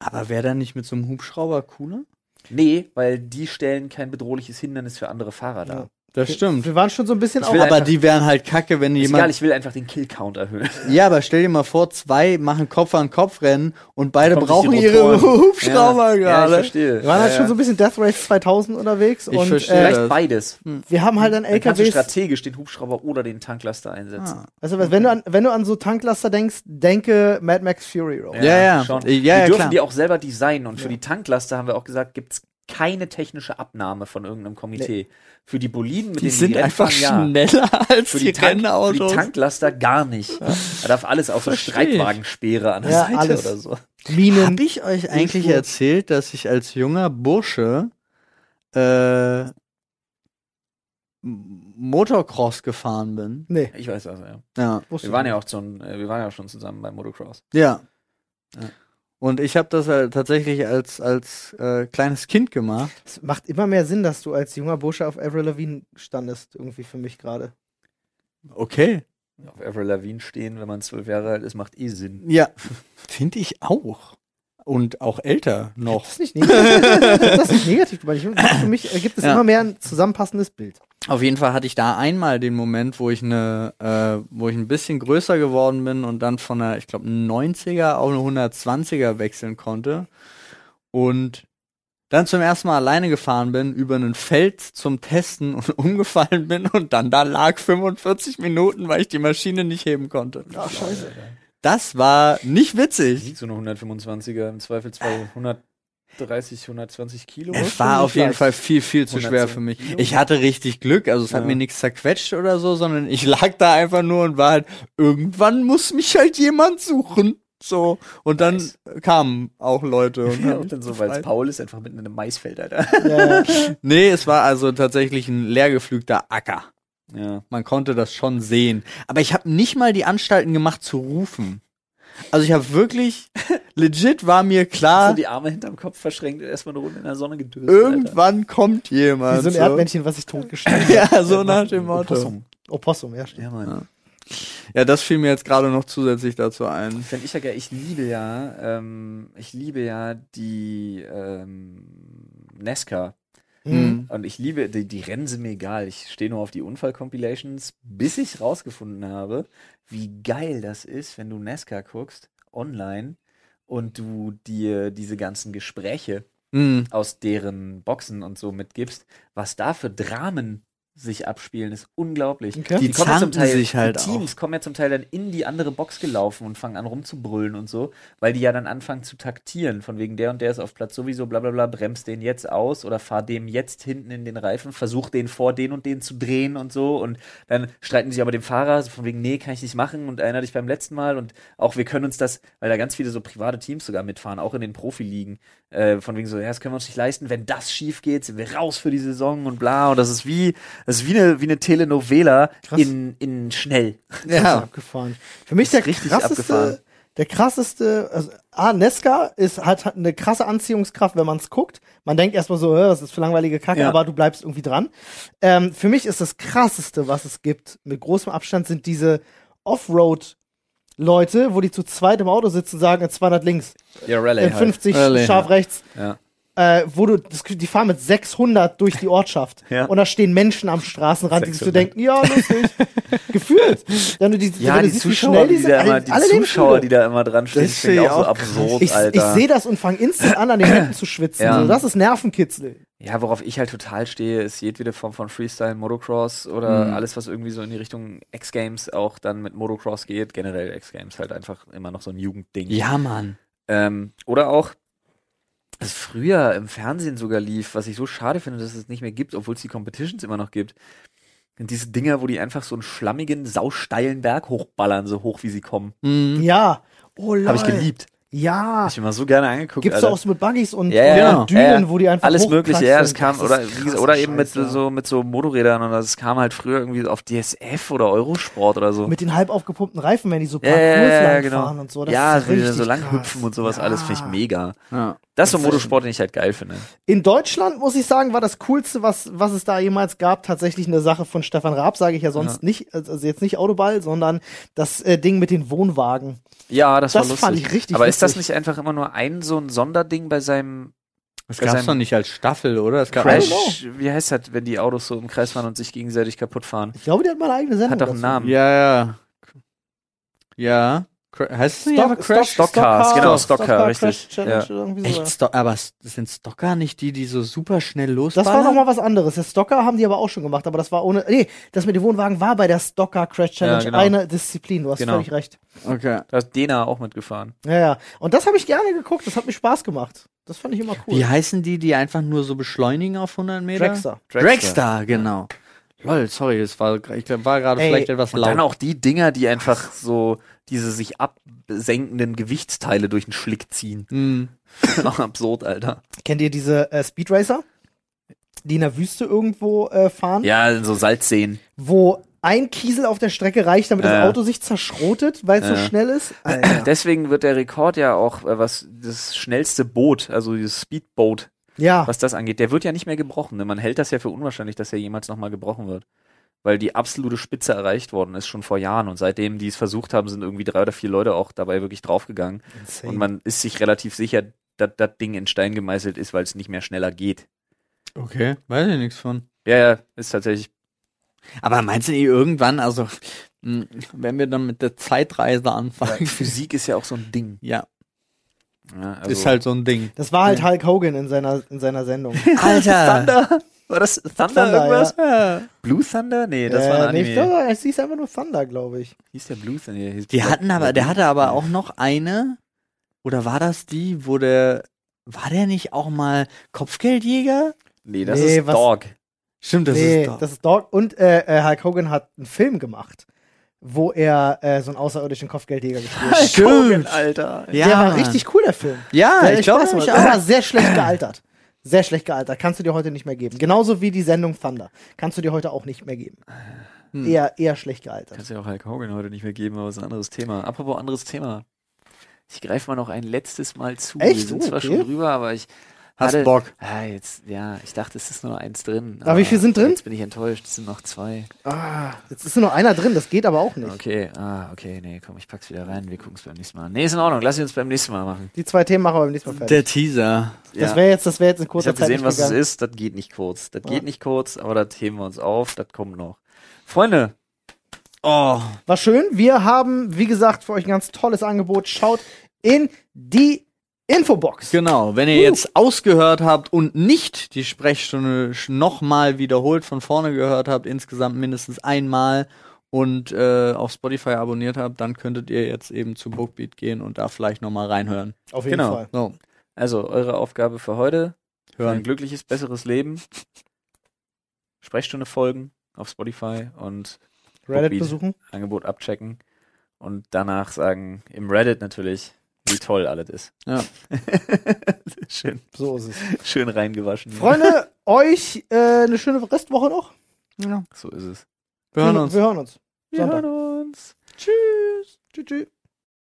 S3: Aber wäre dann nicht mit so einem Hubschrauber cooler?
S2: Nee, weil die stellen kein bedrohliches Hindernis für andere Fahrer dar.
S1: Ja.
S3: Das stimmt.
S1: Wir waren schon so ein bisschen
S2: Ich
S1: auf.
S2: will
S3: Aber
S2: einfach-
S3: die wären halt kacke, wenn
S2: Ist egal,
S3: jemand.
S2: ich will einfach den Killcount erhöhen.
S3: Ja, aber stell dir mal vor, zwei machen Kopf an Kopf rennen und beide
S2: Kommen sich
S3: brauchen
S2: die
S3: ihre
S2: Rotoren.
S3: Hubschrauber
S2: ja, ich
S3: gerade.
S2: verstehe.
S1: Wir waren halt
S3: Ja,
S1: schon
S3: ja.
S1: so ein bisschen Death Race 2000 unterwegs
S3: Ich
S1: und
S3: verstehe
S1: äh,
S3: das.
S2: Vielleicht beides.
S1: wir haben halt dann
S2: Dann kannst du
S1: LKWs.
S2: strategisch den Hubschrauber oder den Tanklaster einsetzen.
S3: Ah.
S1: Also wenn du an wenn du an so Tanklaster denkst, denke Mad Max Fury Road.
S3: Ja, ja.
S2: schon.
S3: Ja,
S2: die
S3: ja,
S2: dürfen
S3: klar.
S2: die auch selber designen. Und für die Tanklaster haben wir auch gesagt, gibt es keine technische Abnahme von irgendeinem Komitee. Für die Boliden, mit
S3: Die
S2: denen
S3: sind
S2: die
S3: einfach
S2: schnell.
S3: schneller als
S2: Für
S3: die,
S2: die, Tank, für die
S3: Rennautos.
S2: Tanklaster gar nicht. Da darf alles auf eine
S3: Verstehe ich.
S2: Streitwagensperre an der
S1: Ja,
S2: Seite
S1: alles.
S2: oder so.
S1: Minen.
S3: Hab ich euch eigentlich
S1: Spur.
S3: erzählt, dass ich als junger Bursche äh, M- Motocross gefahren bin?
S1: Nee,
S2: Ich weiß also, ja.
S3: Ja.
S1: wusste
S2: Wir waren ja auch schon, äh, wir waren ja schon zusammen beim Motocross.
S3: Ja.
S2: Ja.
S3: Und ich habe das äh, tatsächlich als, als äh, kleines Kind gemacht.
S1: Es macht immer mehr Sinn, dass du als junger Bursche auf Avril Lavigne standest, irgendwie für mich gerade.
S3: Okay.
S2: Auf Avril Lavigne stehen, wenn man zwölf Jahre alt ist, macht eh Sinn.
S3: Ja. Finde ich auch. Und auch älter noch.
S1: Das ist nicht negativ. das ist nicht negativ gemeint. Ich- Für mich ergibt es
S3: Ja.
S1: immer mehr ein zusammenpassendes Bild.
S3: Auf jeden Fall hatte ich da einmal den Moment, wo ich eine, äh, wo ich ein bisschen größer geworden bin und dann von einer, ich glaube, 90er auf eine 120er wechseln konnte. Und dann zum ersten Mal alleine gefahren bin, über einen Feld zum Testen und umgefallen bin und dann da lag 45 Minuten, weil ich die Maschine nicht heben konnte.
S1: Ach, scheiße.
S3: Das war nicht witzig.
S2: Wiegt so eine 125er im Zweifelsfall 130, 120 Kilo.
S3: Es war auf jeden
S1: leicht.
S3: Fall viel, viel zu schwer
S2: 110
S3: für mich.
S2: Kilo.
S3: Ich hatte richtig Glück, also es hat
S2: Ja.
S3: mir nichts zerquetscht oder so, sondern ich lag da einfach nur und war halt, irgendwann muss mich halt jemand suchen. So. Und dann
S2: Nice.
S3: kamen auch Leute. Und
S2: Ja,
S3: haben
S2: und dann
S3: mich
S2: so, weil es
S3: befreit.
S2: Paul ist, einfach mitten in einem Maisfeld, Alter.
S1: Ja, ja.
S3: Nee, es war also tatsächlich ein leergepflügter Acker.
S2: Ja.
S3: Man konnte das schon sehen. Aber ich habe nicht mal die Anstalten gemacht zu rufen. Also ich habe wirklich, legit war mir klar,
S2: So die Arme hinterm Kopf verschränkt und erstmal eine Runde in der Sonne gedöst.
S3: irgendwann kommt jemand.
S1: Wie so ein Erdmännchen, was sich totgestellt hat.
S3: Ja, so nach dem Motto.
S2: Oh, Possum.
S1: Opossum, ja, stimmt.
S2: Ja, Mann.
S3: Ja, das fiel mir jetzt gerade noch zusätzlich dazu ein.
S2: Fänd ich ja geil. Ich liebe ja, ähm, ich liebe ja die ähm, Nesca.
S3: Hm.
S1: Mhm.
S2: Und ich liebe, die, die Rennen sind mir egal. Ich stehe nur auf die Unfall-Compilations, bis ich rausgefunden habe, wie geil das ist, wenn du Nesca guckst, online, und du dir diese ganzen Gespräche
S3: Mhm.
S2: aus deren Boxen und so mitgibst, was da für Dramen sich abspielen, ist unglaublich.
S1: Okay.
S3: Die
S2: kommen ja
S3: zanken sich halt
S2: die Teams kommen ja zum Teil dann in die andere Box gelaufen und fangen an rumzubrüllen und so, weil die ja dann anfangen zu taktieren, von wegen der und der ist auf Platz sowieso, bla bla bla, bremst den jetzt aus oder fahr dem jetzt hinten in den Reifen, versuch den vor den und den zu drehen und so und dann streiten sich aber dem Fahrer, so von wegen, nee, kann ich nicht machen und erinnere dich beim letzten Mal und auch wir können uns das, weil da ganz viele so private Teams sogar mitfahren, auch in den Profiligen, äh, von wegen so, ja, das können wir uns nicht leisten, wenn das schief geht, sind wir raus für die Saison und bla und das ist wie, das ist wie eine, wie eine Telenovela
S1: Krass.
S2: in, in schnell.
S1: Ja.
S3: Ja.
S1: Abgefahren. Für mich der
S2: richtig abgefahren.
S1: krasseste, der krasseste, also, ah, Nesca ist, hat, hat eine krasse Anziehungskraft, wenn man es guckt. Man denkt erstmal so, äh, was ist für langweilige Kacke,
S3: Ja.
S1: aber du bleibst irgendwie dran. Ähm, für mich ist das krasseste, was es gibt, mit großem Abstand, sind diese Offroad- Leute, wo die zu zweit im Auto sitzen, sagen äh, 200 links,
S2: Ja, Rallye.
S1: äh, 50
S3: Rallye, halt.
S1: scharf rechts,
S2: Ja.
S1: äh, wo du, das, die fahren mit 600 durch die Ortschaft
S2: Ja.
S1: und da stehen Menschen am Straßenrand, die sich so
S2: 600.
S1: denken, ja, lustig, gefühlt. Wenn du die,
S2: Ja,
S1: wenn du
S2: die
S1: siehst, wie
S2: Zuschauer,
S1: schnell
S2: die,
S1: sind,
S2: da
S1: alle-
S2: immer, die
S1: alle leben
S2: Zuschauer,
S1: Schule.
S2: die da immer dran stehen,
S3: Das
S2: das finde ich
S3: finde
S2: auch so
S3: ich auch
S2: absurd,
S1: ich, ich
S2: Alter.
S1: sehe das und fange instant an, an den Händen zu schwitzen.
S2: Ja.
S1: So, das ist Nervenkitzel.
S2: Ja, worauf ich halt total stehe, ist jedwede Form von Freestyle, Motocross oder
S3: Mhm.
S2: alles, was irgendwie so in die Richtung X-Games auch dann mit Motocross geht. Generell X-Games halt einfach immer noch so ein Jugendding.
S3: Ja, Mann.
S2: Ähm, oder auch, was früher im Fernsehen sogar lief, was ich so schade finde, dass es nicht mehr gibt, obwohl es die Competitions immer noch gibt. Und diese Dinger, wo die einfach so einen schlammigen, sausteilen Berg hochballern, so hoch wie sie kommen.
S3: Mhm.
S1: Ja. Oh, lol.
S2: Habe ich geliebt.
S1: Ja.
S2: Hab ich immer so gerne angeguckt.
S1: Gibt's da
S2: Alter.
S1: auch so mit Buggies und,
S2: Ja, ja,
S1: und
S3: genau.
S1: Dünen,
S2: Ja, ja.
S1: wo die einfach
S2: alles
S1: hochgeklatscht
S2: mögliche, ja, das
S1: sind.
S2: kam,
S1: ist
S2: oder, wie gesagt,
S1: krasse
S2: oder eben mit
S1: Scheiße.
S2: so, mit so Motorrädern und das kam halt früher irgendwie auf DSF oder Eurosport oder so.
S1: Mit den halb aufgepumpten Reifen, wenn die so
S2: Ja, ja,
S1: Parcours
S2: ja, ja,
S1: lang
S2: genau.
S1: fahren und so. Das
S2: ja,
S1: ist
S2: wenn die dann
S1: richtig
S2: so lang
S1: krass.
S2: hüpfen und sowas
S1: ja.
S2: alles, finde ich mega.
S3: Ja.
S2: Das ist so ein Motorsport, den ich halt geil finde.
S1: In Deutschland, muss ich sagen, war das Coolste, was, was es da jemals gab, tatsächlich eine Sache von Stefan Raab, sage ich ja sonst nicht, also jetzt nicht Autoball, sondern das äh, Ding mit den Wohnwagen.
S2: Ja, das,
S1: Das
S2: war lustig.
S1: fand ich richtig
S2: Aber ist das
S1: lustig.
S2: nicht einfach immer nur ein so ein Sonderding bei seinem
S3: Das
S2: Bei
S3: gab's
S2: seinem
S3: doch nicht als Staffel, oder? Das gab
S1: I don't know.
S2: Crash? Wie heißt das, wenn die Autos so im Kreis fahren und sich gegenseitig kaputt fahren?
S1: Ich glaube, der hat mal eine eigene Sendung.
S2: Hat doch einen
S1: dazu.
S2: Namen.
S3: Ja, ja. Ja. Cra- Heißt es nicht
S1: Stock,
S3: einfach Crash?
S1: Stock,
S2: Stockcars,
S1: Stockcar,
S2: genau,
S1: Stockcar,
S2: Stockcar,
S1: Crash
S2: richtig.
S1: Challenge
S2: Ja.
S1: oder irgendwie
S3: Echt,
S1: sowas.
S3: Stock, aber s- sind Stocker nicht die, die so super schnell
S1: Das
S3: losballern?
S1: war nochmal was anderes. Das Stocker haben die aber auch schon gemacht, aber das war ohne. Nee, das mit dem Wohnwagen war bei der Stocker Crash Challenge
S2: Ja, genau.
S1: eine Disziplin. Du hast
S2: Genau.
S1: völlig recht.
S3: Okay.
S2: Da ist Dena auch mitgefahren.
S1: Ja, ja. Und das habe ich gerne geguckt. Das hat mir Spaß gemacht. Das fand ich immer cool.
S3: Wie heißen die, die einfach nur so beschleunigen auf 100 Meter?
S1: Dragster.
S3: Dragster, genau. Lol, sorry, es war, ich glaub, war gerade
S1: Ey,
S3: vielleicht etwas
S2: Und dann
S3: laut.
S2: auch die Dinger, die einfach so diese sich absenkenden Gewichtsteile durch den Schlick ziehen.
S3: Mhm.
S2: auch absurd, Alter.
S1: Kennt ihr diese äh, Speedracer? Die in der Wüste irgendwo äh, fahren,
S2: Ja, in so Salzseen.
S1: wo ein Kiesel auf der Strecke reicht, damit
S2: Ja.
S1: das Auto sich zerschrotet, weil es so
S2: Ja.
S1: schnell ist. Alter.
S2: Also Deswegen wird der Rekord ja auch, äh, was das schnellste Boot, also dieses Speedboat,
S1: ja.
S2: was das angeht, der wird ja nicht mehr gebrochen. Ne? Man hält das ja für unwahrscheinlich, dass er jemals nochmal gebrochen wird. Weil die absolute Spitze erreicht worden ist, schon vor Jahren. Und seitdem die es versucht haben, sind irgendwie drei oder vier Leute auch dabei wirklich draufgegangen. Und man ist sich relativ sicher, dass das Ding in Stein gemeißelt ist, weil es nicht mehr schneller geht.
S3: Okay, weiß ich nichts von.
S2: Ja, ja, ist tatsächlich.
S3: Aber meinst du nicht irgendwann, also, mh, wenn wir dann mit der Zeitreise anfangen?
S2: Physik ist ja auch so ein Ding.
S3: Ja,
S2: Ja, also-
S3: ist halt so ein Ding.
S1: das war halt Hulk Hogan in seiner, in seiner Sendung.
S3: Alter!
S2: Thunder? War das Thunder,
S1: Thunder,
S2: irgendwas?
S3: Ja.
S2: Blue Thunder? Nee, das
S1: Äh,
S2: war ein
S1: nee,
S2: Anime.
S1: ich glaube, es hieß einfach nur Thunder, glaube ich.
S2: hieß der Blue Thunder? Nee, hieß
S3: Die
S2: Black-
S3: hatten aber, der hatte aber auch noch eine, oder war das die, wo der, war der nicht auch mal Kopfgeldjäger?
S2: Nee, das
S1: Nee,
S2: ist
S1: was-
S2: Dog.
S3: Stimmt, das
S1: nee,
S3: ist doch.
S1: das ist Dog. Und äh, äh, Hulk Hogan hat einen Film gemacht, wo er äh, so einen außerirdischen Kopfgeldjäger gespielt hat.
S3: Stimmt.
S2: Alter.
S3: Ja,
S1: der war
S3: Mann.
S1: richtig cool, der Film.
S3: Ja,
S1: Der
S3: ich glaube
S1: Spaß
S3: mich
S1: gemacht.
S3: auch.
S1: Aber sehr schlecht gealtert. Sehr schlecht gealtert. Kannst du dir heute nicht mehr geben. Genauso wie die Sendung Thunder. Kannst du dir heute auch nicht mehr geben.
S3: Hm.
S1: Eher, eher schlecht gealtert.
S2: Kannst du ja auch Hulk Hogan heute nicht mehr geben, aber ist ein anderes Thema. Apropos anderes Thema. Ich greife mal noch ein letztes Mal zu. Wir
S1: Echt?
S2: sind
S1: Oh,
S2: zwar
S1: okay.
S2: schon drüber, aber ich
S3: Hast
S2: hatte-
S3: Bock.
S2: Ah, jetzt, ja, ich dachte, es ist nur eins drin.
S1: Aber wie viel sind drin?
S2: Jetzt bin ich enttäuscht, es sind noch zwei.
S1: Ah, jetzt ist nur noch einer drin, das geht aber auch nicht.
S2: Okay, ah, okay, nee, komm, ich pack's wieder rein, wir gucken's beim nächsten Mal. an. Nee, ist in Ordnung, lass uns beim nächsten Mal machen.
S1: Die zwei Themen machen wir beim nächsten Mal fertig.
S3: Der Teaser.
S1: Das wäre jetzt, das wäre jetzt in
S2: Ich
S1: kurzer
S2: habe
S1: Zeit
S2: gesehen,
S1: nicht
S2: was es
S1: gegangen.
S2: ist, das geht nicht kurz. Das geht nicht kurz, aber das heben wir uns auf, das kommt noch. Freunde,
S3: Oh,
S1: War schön. Wir haben, wie gesagt, für euch ein ganz tolles Angebot. Schaut in die Infobox.
S3: genau. Wenn ihr jetzt ausgehört habt und nicht die Sprechstunde nochmal wiederholt von vorne gehört habt, insgesamt mindestens einmal und äh, auf Spotify abonniert habt, dann könntet ihr jetzt eben zu Bookbeat gehen und da vielleicht nochmal reinhören.
S1: Auf jeden
S2: Genau.
S1: Fall.
S3: So,
S2: also eure Aufgabe für heute, für ein
S3: hören.
S2: glückliches, besseres Leben. Sprechstunde folgen auf Spotify und
S1: Reddit
S2: Bookbeat.
S1: besuchen.
S2: Angebot abchecken und danach sagen, im Reddit natürlich, wie toll alles ist.
S3: Ja.
S2: schön,
S1: So ist es.
S2: schön reingewaschen.
S1: Freunde, euch äh, eine schöne Restwoche noch.
S2: So ist es.
S3: Wir hören uns.
S1: Wir hören uns.
S2: Wir
S1: Sonntag.
S2: hören uns.
S1: Tschüss. Tschüss. tschüss.